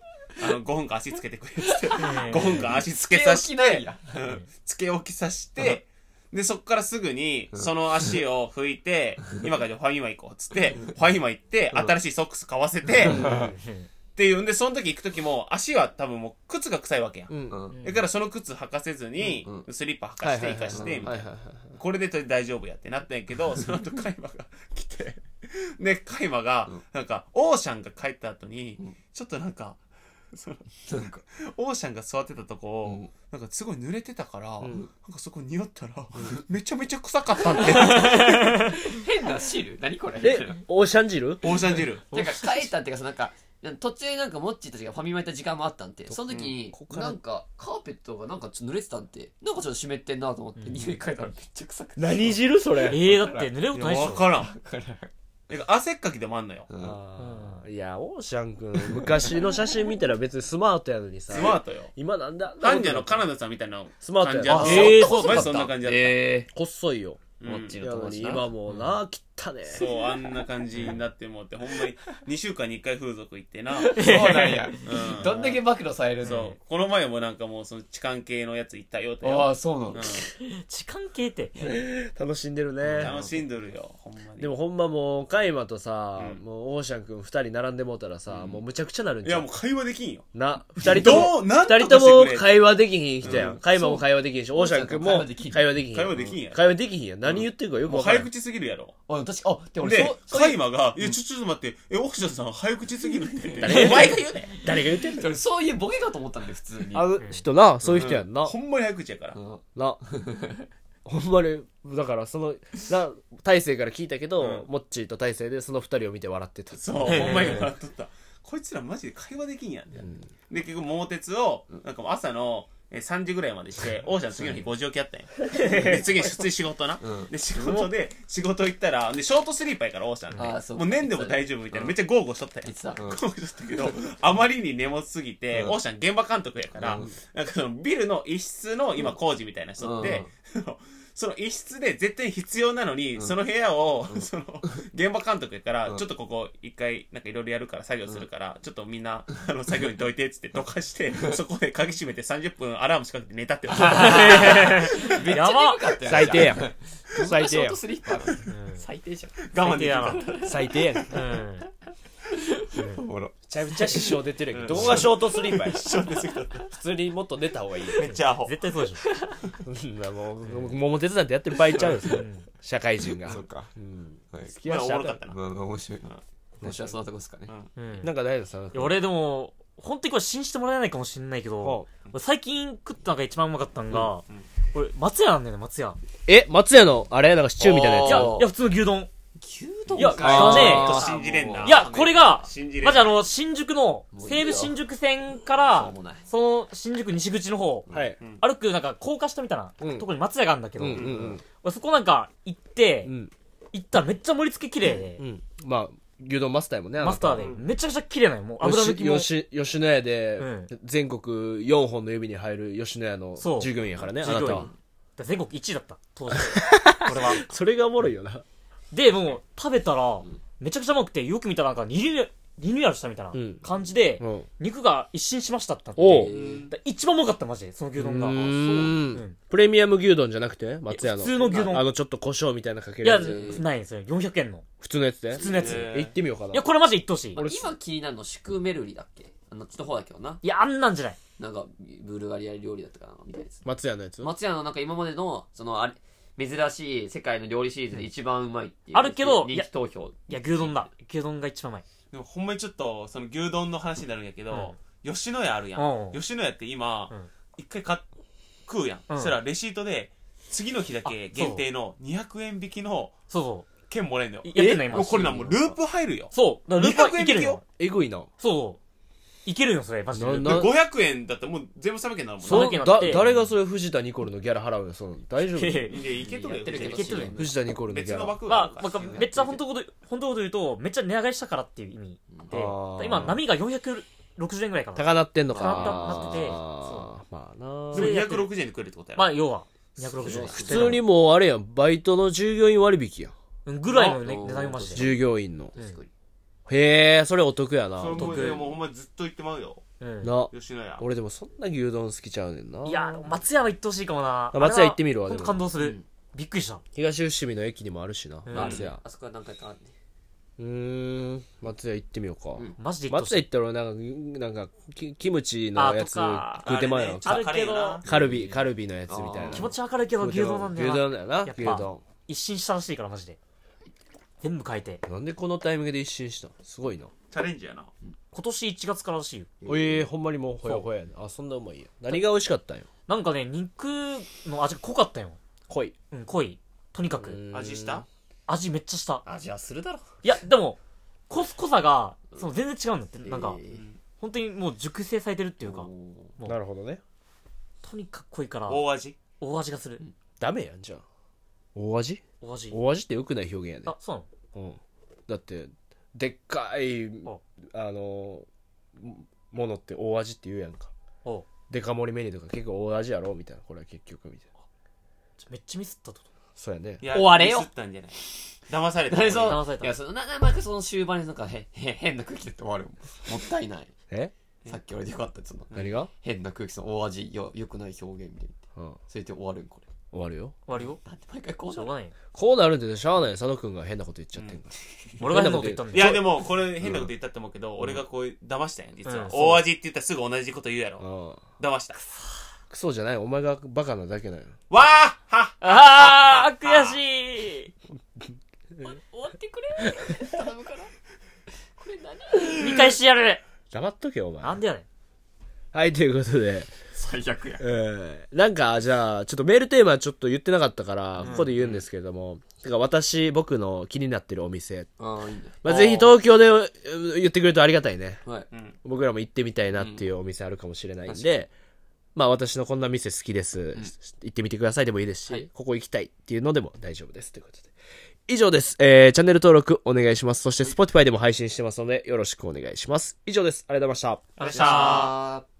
Speaker 4: あの、5分間足つけてくれっつって、5分間足つけさし
Speaker 2: つけ置きな
Speaker 4: て
Speaker 2: んや、
Speaker 4: うんつけ置きさして、で、そっからすぐに、その足を拭いて、今からじゃあファミマ行こうっつって、ファミマ行って、新しいソックス買わせて、っていうんで、その時行く時も、足は多分もう靴が臭いわけやん。
Speaker 1: うん
Speaker 2: う
Speaker 1: は
Speaker 2: ん
Speaker 4: だからその靴履かせずに、スリッパ履かして、
Speaker 1: はいはいは
Speaker 4: 生
Speaker 1: い
Speaker 4: かして、み
Speaker 1: い
Speaker 4: たい
Speaker 1: はい
Speaker 4: な。
Speaker 1: はい
Speaker 4: これで大丈夫やってなったんやけど、その後カイマが来て、で、カイマが、なんか、オーシャンが帰った後に、ちょっとなんか、その
Speaker 2: なんか
Speaker 4: オーシャンが座ってたとこを、
Speaker 2: うん
Speaker 4: なんかすごい濡れてたから、
Speaker 1: ん
Speaker 4: なんかそこ匂ったら、めちゃめちゃ臭かったって。
Speaker 2: 変な汁何これ
Speaker 1: えオーシャン汁
Speaker 4: オーシャン汁。
Speaker 2: なんか書いたっていうかさなんかなんか途中なんかモッチーたちがファミマ行った時間もあったんて、その時に
Speaker 3: こ、こから
Speaker 2: なんかカーペットがなんかちょっと濡れてたんて、なんかちょっと湿ってんなと思って、
Speaker 3: うん
Speaker 2: 匂い嗅いだらめっちゃ臭くて。
Speaker 1: 何汁それ
Speaker 3: ええだって濡れることない
Speaker 4: い
Speaker 3: っ
Speaker 4: や
Speaker 3: し
Speaker 4: わ
Speaker 3: ょ
Speaker 4: からん。なんか汗っかきでもあんのよ。
Speaker 2: うん
Speaker 1: あーいやオーシャン君昔の写真見たら別にスマートやのにさ
Speaker 4: スマートよ。
Speaker 1: 今なんだ
Speaker 4: ハンジャのカナダさんみたいな
Speaker 1: スマートや
Speaker 4: 感じ
Speaker 1: な
Speaker 4: やった。
Speaker 1: え
Speaker 2: ー
Speaker 4: そう
Speaker 2: そ
Speaker 4: マ
Speaker 2: うだった
Speaker 4: ジそんな感じやった。
Speaker 2: え
Speaker 1: 細いよ
Speaker 2: ー、モッチ
Speaker 1: い
Speaker 2: ー
Speaker 1: や
Speaker 2: の友
Speaker 1: のに
Speaker 2: 達
Speaker 1: 今もうな汚ねえ
Speaker 4: そう、あんな感じになってもうって、ほんまに2週間に1回風俗行ってな。
Speaker 2: そうなんや。
Speaker 4: うん
Speaker 2: どんだけ暴露される
Speaker 4: そ
Speaker 2: の
Speaker 4: う。この前もなんかもうその痴漢系のやつ行ったよってよ。
Speaker 2: ああ、そうなの
Speaker 4: う
Speaker 3: 時間系って
Speaker 1: 楽しんでる
Speaker 4: ん、
Speaker 1: ね
Speaker 4: 楽しんどるよ、ほんまに。
Speaker 1: でもほんまもうカイマとさ、
Speaker 4: うん
Speaker 1: もうオーシャン君2人並んでもうたらさ、もうむちゃくちゃなるん
Speaker 4: い
Speaker 1: じゃ
Speaker 4: や
Speaker 1: ん
Speaker 4: もう会話できんよ。
Speaker 1: な2人と
Speaker 4: ど
Speaker 1: も
Speaker 4: うなんとか
Speaker 1: 二
Speaker 4: し
Speaker 1: 人
Speaker 4: てくれ
Speaker 1: とも会話できひん人やん、
Speaker 4: うん
Speaker 1: カイマも会話できひんしオーシャン君も
Speaker 2: オーシャン君も会話できひん
Speaker 1: 会話できひん
Speaker 4: 会話できんやん
Speaker 1: 会話できひんやん何言ってるかよく
Speaker 4: もう
Speaker 1: 分から
Speaker 4: 早
Speaker 1: ん
Speaker 4: 口すぎるやろ。
Speaker 2: あ、確か、あ、でも俺、
Speaker 4: で
Speaker 2: そう、そう
Speaker 4: カ
Speaker 2: い
Speaker 4: イ
Speaker 2: う、
Speaker 4: マが、いや、ちょ、ちょっと待って、え、大下さん早口すぎるって。
Speaker 1: 誰
Speaker 4: お前が言うね。
Speaker 1: 誰が言ってんの
Speaker 2: 俺そういうボケかと思ったんで、普通に。
Speaker 1: あの人なそういう人やんな、
Speaker 4: ほんまに早口やから
Speaker 2: う。ん
Speaker 1: なほんまにだからそのな大勢から聞いたけど、
Speaker 4: うん
Speaker 1: モッチーと大勢でその2人を見て笑ってた
Speaker 4: そう、ほんまに笑っとった。こいつらマジで会話できんやんってなって。で、結局、猛鉄を、なんかもう朝の、えー3時ぐらいまで して、オーシャン次の日5時起きやったんや。で、次、普通に仕事な。で、仕事で、仕事行ったら、で、ショートスリーパーやから、オーシャン
Speaker 2: あー
Speaker 4: っ
Speaker 2: そ
Speaker 4: て。
Speaker 2: う
Speaker 4: もう寝んでも大丈夫みたいな、
Speaker 2: うん
Speaker 4: めっちゃ豪語しとったやん
Speaker 2: 言っ。てた。
Speaker 4: ゴールしたけど、あまりに根もすぎて、
Speaker 2: うん
Speaker 4: オーシャン現場監督やから、なんかそのビルの一室の今工事みたいな人って、 その一室で絶対必要なのに、その部屋を、 その、現場監督やから、
Speaker 2: うん
Speaker 4: ちょっとここ一回、なんかいろいろやるから作業するから、ちょっとみんな、あ の、作業にどいてっつってどか して、そこで鍵閉めて30分アラーム仕掛けて寝たって こと。
Speaker 2: めっちゃ眠かったよ。
Speaker 1: 最低やん最低
Speaker 2: ショー
Speaker 1: や
Speaker 2: ト
Speaker 1: ん
Speaker 2: スリッパー最低じゃん。
Speaker 4: 我慢できなかった。
Speaker 1: 最低やんめ
Speaker 3: うん
Speaker 2: おもろ。
Speaker 1: ちゃめちゃ支障出てるやんけどこがショートスリーパーや
Speaker 4: 一緒ですけど
Speaker 1: 普通にもっと寝た方がいいよ
Speaker 4: めっちゃアホ。
Speaker 3: 絶対そうでしょ
Speaker 1: そんなもう桃鉄なんてやってる場合ちゃうんですよ
Speaker 3: ん
Speaker 1: 社会人が
Speaker 2: そうか。
Speaker 1: うん
Speaker 2: はい。
Speaker 1: 付き
Speaker 4: ま
Speaker 1: 合
Speaker 4: あ、
Speaker 1: わせちゃうか
Speaker 4: おもろからったな。
Speaker 2: まあまあ面白いな。今週はそんなとこですかね。
Speaker 3: うん
Speaker 1: なんか大丈夫さ
Speaker 3: いや俺でも本当にこれ信じてもらえないかもしれないけど俺最近食ったのが一番うまかったのが
Speaker 4: うんうん
Speaker 3: 俺松屋なんだよね松屋
Speaker 1: え松屋のあれなんかシチューみたいなやつ
Speaker 3: いや
Speaker 2: おー
Speaker 3: いや普通の牛丼
Speaker 2: 牛丼
Speaker 3: いや
Speaker 2: か
Speaker 3: あー
Speaker 2: ね
Speaker 4: 信じれんない
Speaker 3: やこれが
Speaker 4: 信じれん
Speaker 3: まずあの新宿の
Speaker 2: もういいよ
Speaker 3: 西武新宿線か
Speaker 2: しょ
Speaker 3: ら
Speaker 2: うもない
Speaker 3: その新宿西口の方
Speaker 1: はい
Speaker 4: うん
Speaker 3: 歩くなんか高架下みたいな
Speaker 1: うん
Speaker 3: とこに松屋があるんだけ
Speaker 1: う
Speaker 3: ど
Speaker 1: んうん
Speaker 3: 俺そこなんか行って
Speaker 1: うん
Speaker 3: 行ったらめっちゃ盛り付け綺麗で
Speaker 1: うんうんまあ牛丼マスターやもんねあなた
Speaker 3: マスターでめちゃくちゃ綺麗なのよもう油抜きも
Speaker 1: よしよし吉野家で、
Speaker 3: うん
Speaker 1: 全国4本の指に入る吉野家の
Speaker 3: そう
Speaker 1: 従業員やからねあ
Speaker 3: 従業
Speaker 1: な
Speaker 3: 員
Speaker 1: たは
Speaker 3: だから全国1位だった 当時俺は
Speaker 1: それがおもろいよな
Speaker 3: で、もう、食べたら、めちゃくちゃうまくて、よく見たらなんかリニュー、リニューアルしたみたいな
Speaker 1: うん
Speaker 3: 感じで、
Speaker 1: うん
Speaker 3: 肉が一新しましたってなって。
Speaker 1: おう
Speaker 3: だから一番うまかった、マジで、その牛丼が。
Speaker 1: うーん
Speaker 3: うん
Speaker 1: プレミアム牛丼じゃなくて松屋の
Speaker 3: 普通の牛丼
Speaker 1: ああのちょっと胡椒みたいなかけ
Speaker 3: い
Speaker 1: る
Speaker 3: や、
Speaker 1: や
Speaker 3: ない
Speaker 1: つ
Speaker 3: んですよ。400円の。
Speaker 1: 普通のやつで
Speaker 3: 普通のやつ。
Speaker 4: え
Speaker 1: え行ってみようかない
Speaker 3: や、これマジで言ってほしい。
Speaker 1: 俺
Speaker 2: 今気になるのシクメルリだっけあのちょっと方だけどない
Speaker 3: や、あんなんじゃない。
Speaker 2: なんかブルガリア料理だったかなみたいなやつ
Speaker 1: 松屋のやつ
Speaker 2: 松屋のなんか今までのそのあれ珍しい世界の料理シリーズで一番うまいっていう
Speaker 3: あるけどい
Speaker 2: 人
Speaker 3: や
Speaker 2: 気投票
Speaker 3: いや、牛丼だ。牛丼が一番うまい。
Speaker 4: でもほんまにちょっと、その牛丼の話になるんやけど、吉野家あるや
Speaker 3: うんん。
Speaker 4: 吉野家って今
Speaker 3: うん、
Speaker 4: 一回買っ、食うやん。
Speaker 3: うん
Speaker 4: そしたらレシートで、次の日だけ
Speaker 3: あそう
Speaker 4: 限定の200円引きの
Speaker 3: そうそ
Speaker 4: 券もらえんのよ
Speaker 3: う。。やってんの、
Speaker 4: もう
Speaker 3: 今。
Speaker 4: これな、もうループ入るよ。
Speaker 3: そう。だからルーパーいける
Speaker 4: 200円引きよ
Speaker 3: よ。
Speaker 1: えぐいな
Speaker 3: そうそう。いけるよ、それ、マジで。
Speaker 1: な な
Speaker 4: で500円だったらもう全部300円になるもん
Speaker 3: そ
Speaker 1: そうう
Speaker 3: だけなっ
Speaker 1: だ
Speaker 3: て
Speaker 1: 誰がそれ藤田ニコルのギャラ払うのそうなの大丈
Speaker 3: いやいや
Speaker 1: 夫
Speaker 3: いや
Speaker 4: な。で、いけとる
Speaker 2: や
Speaker 4: よ
Speaker 2: ってるけど
Speaker 3: いけとるよ
Speaker 1: 藤田ニコルのギ
Speaker 4: 別
Speaker 1: ャ
Speaker 4: の
Speaker 1: ラ
Speaker 4: 枠があ
Speaker 3: ま
Speaker 4: る
Speaker 3: あ、
Speaker 4: か
Speaker 3: な
Speaker 4: ら
Speaker 3: んかめっちゃ本当こと、本当こと言うと、めっちゃ値上がりしたからっていう意味で、だ
Speaker 1: あー
Speaker 3: から今波が460円ぐらいかな。
Speaker 1: 高なってんのか
Speaker 3: 高なってて
Speaker 1: あーまあな
Speaker 4: でも260円で食えるってことや
Speaker 3: ま
Speaker 4: ろ。
Speaker 3: あ、要は、260円。
Speaker 1: 普通にもうあれやんバイトの従業員割引やん
Speaker 3: うんぐらいのね
Speaker 2: あ
Speaker 3: 値段よマジで。
Speaker 1: 従業員の
Speaker 2: 確かに
Speaker 1: へえそれお得やな
Speaker 4: それもう
Speaker 3: 得
Speaker 4: でもほんまずっと行ってまうよ。
Speaker 3: うん
Speaker 1: な
Speaker 4: 吉野家。
Speaker 1: 俺でもそんな牛丼好きちゃうねんない
Speaker 3: や、松屋は行ってほしいかもな。
Speaker 1: あ松屋行ってみるわ
Speaker 3: 本
Speaker 1: でも
Speaker 3: 当感動す
Speaker 2: う
Speaker 3: る
Speaker 2: ん。
Speaker 3: びっくりした。
Speaker 1: 東伏見の駅にもあるしな、
Speaker 3: うん
Speaker 1: 松屋
Speaker 2: あそこは何回かあるね
Speaker 1: うーん松屋行ってみようか、
Speaker 2: うん
Speaker 3: マジで行ってほ
Speaker 1: 松
Speaker 3: し
Speaker 1: 屋
Speaker 3: い。
Speaker 1: 行ったらなんかなんかキキムチのやつ
Speaker 3: あとか
Speaker 1: 食うてまうや
Speaker 4: あれ
Speaker 1: ろ
Speaker 4: ねちょっと
Speaker 3: あるけ
Speaker 4: カ
Speaker 3: ど
Speaker 4: レーな
Speaker 1: カルビカルビのやつみたいな
Speaker 3: 気持ち明るいけど牛丼なんだよ
Speaker 1: 牛
Speaker 3: な。
Speaker 1: 丼だよな
Speaker 3: やっ
Speaker 1: 牛
Speaker 3: ぱ
Speaker 1: 丼
Speaker 3: 一新したらしいから、マジで。全部変えて。
Speaker 1: なんでこのタイミングで一新したのすごいな
Speaker 4: チャレンジやな。
Speaker 3: 今年1月かららしいよ。
Speaker 1: ええほんまにもうほやほややねあそんなうまいや何が美味しかったんよ
Speaker 3: なんかね、肉の味が濃かったよ。
Speaker 1: 濃い
Speaker 3: うん、濃い。とにかく。
Speaker 4: 味した
Speaker 3: 味めっちゃした。
Speaker 2: 味はするだろ
Speaker 3: いや、でも、こす、濃さが、その全然違うんだって。なんか
Speaker 2: え、ー
Speaker 3: 本当にもう熟成されてるっていうか、
Speaker 2: お
Speaker 1: なるほどね
Speaker 3: とにかく濃いから、
Speaker 4: 大味
Speaker 3: 大味がする。
Speaker 1: ダメやんじゃん大味
Speaker 3: 大味。
Speaker 1: 大味って良くない表現や
Speaker 3: あ、そうなの
Speaker 1: で、うん、だってでっかいあのものって大味って言うやんか
Speaker 3: おう
Speaker 1: デカ盛りメニューとか結構大味やろみたいなこれは結局みたいな
Speaker 3: じゃめっちゃミスったってこと
Speaker 1: そうやね
Speaker 4: いや
Speaker 2: 終われよ
Speaker 4: ミスったんじゃない騙された
Speaker 2: ーそう
Speaker 3: 騙された
Speaker 2: いやそのななんかその終盤になんかへへ変な空気で終わるも んもったいない
Speaker 1: え
Speaker 2: さっき俺でよかったその
Speaker 1: 何が、
Speaker 2: 変な空気その大味よよくない表現みたいな
Speaker 1: うん、
Speaker 2: それで終わるんこれ
Speaker 1: 終わるよ
Speaker 3: 終わるよ。
Speaker 2: なんで毎回こう
Speaker 3: し
Speaker 2: じ
Speaker 3: ょ
Speaker 2: ゃ
Speaker 3: うんがないよ。
Speaker 1: こうなるんでしゃあないよ佐野くんが変なこと言っちゃってんから、
Speaker 3: 俺が変なこと言ったん
Speaker 4: い
Speaker 3: だよ。
Speaker 4: やでもこれ変なこと言ったって思うけど、俺がこう騙したんやん実は、
Speaker 3: うん
Speaker 4: 大味って言ったらすぐ同じこと言うやろ、
Speaker 1: うん
Speaker 4: 騙した
Speaker 1: クソじゃないお前がバカなだけだよ
Speaker 4: わあは
Speaker 3: あー、悔しい
Speaker 2: 終わってくれ頼むからこれ何
Speaker 3: 見返してやる
Speaker 1: 黙っとけよお前
Speaker 3: なんでやねん。
Speaker 1: はいということで、
Speaker 2: 最悪や
Speaker 1: えー、なんかじゃあちょっとメールテーマちょっと言ってなかったからここで言うんですけれども、てか私僕の気になってるお店、
Speaker 2: ああいいね
Speaker 1: まあ、ぜひ東京でうん言ってくれるとありがたいね
Speaker 2: はい
Speaker 4: うん
Speaker 1: 僕らも行ってみたいなっていうお店あるかもしれないんで、まあ私のこんな店好きです、行ってみてくださいでもいいですし、
Speaker 2: はい
Speaker 1: ここ行きたいっていうのでも大丈夫ですということで以上です、えーチャンネル登録お願いしますそして Spotify でも配信してますのでよろしくお願いします以上ですありがとうございました
Speaker 3: ありがとうございました
Speaker 2: さあ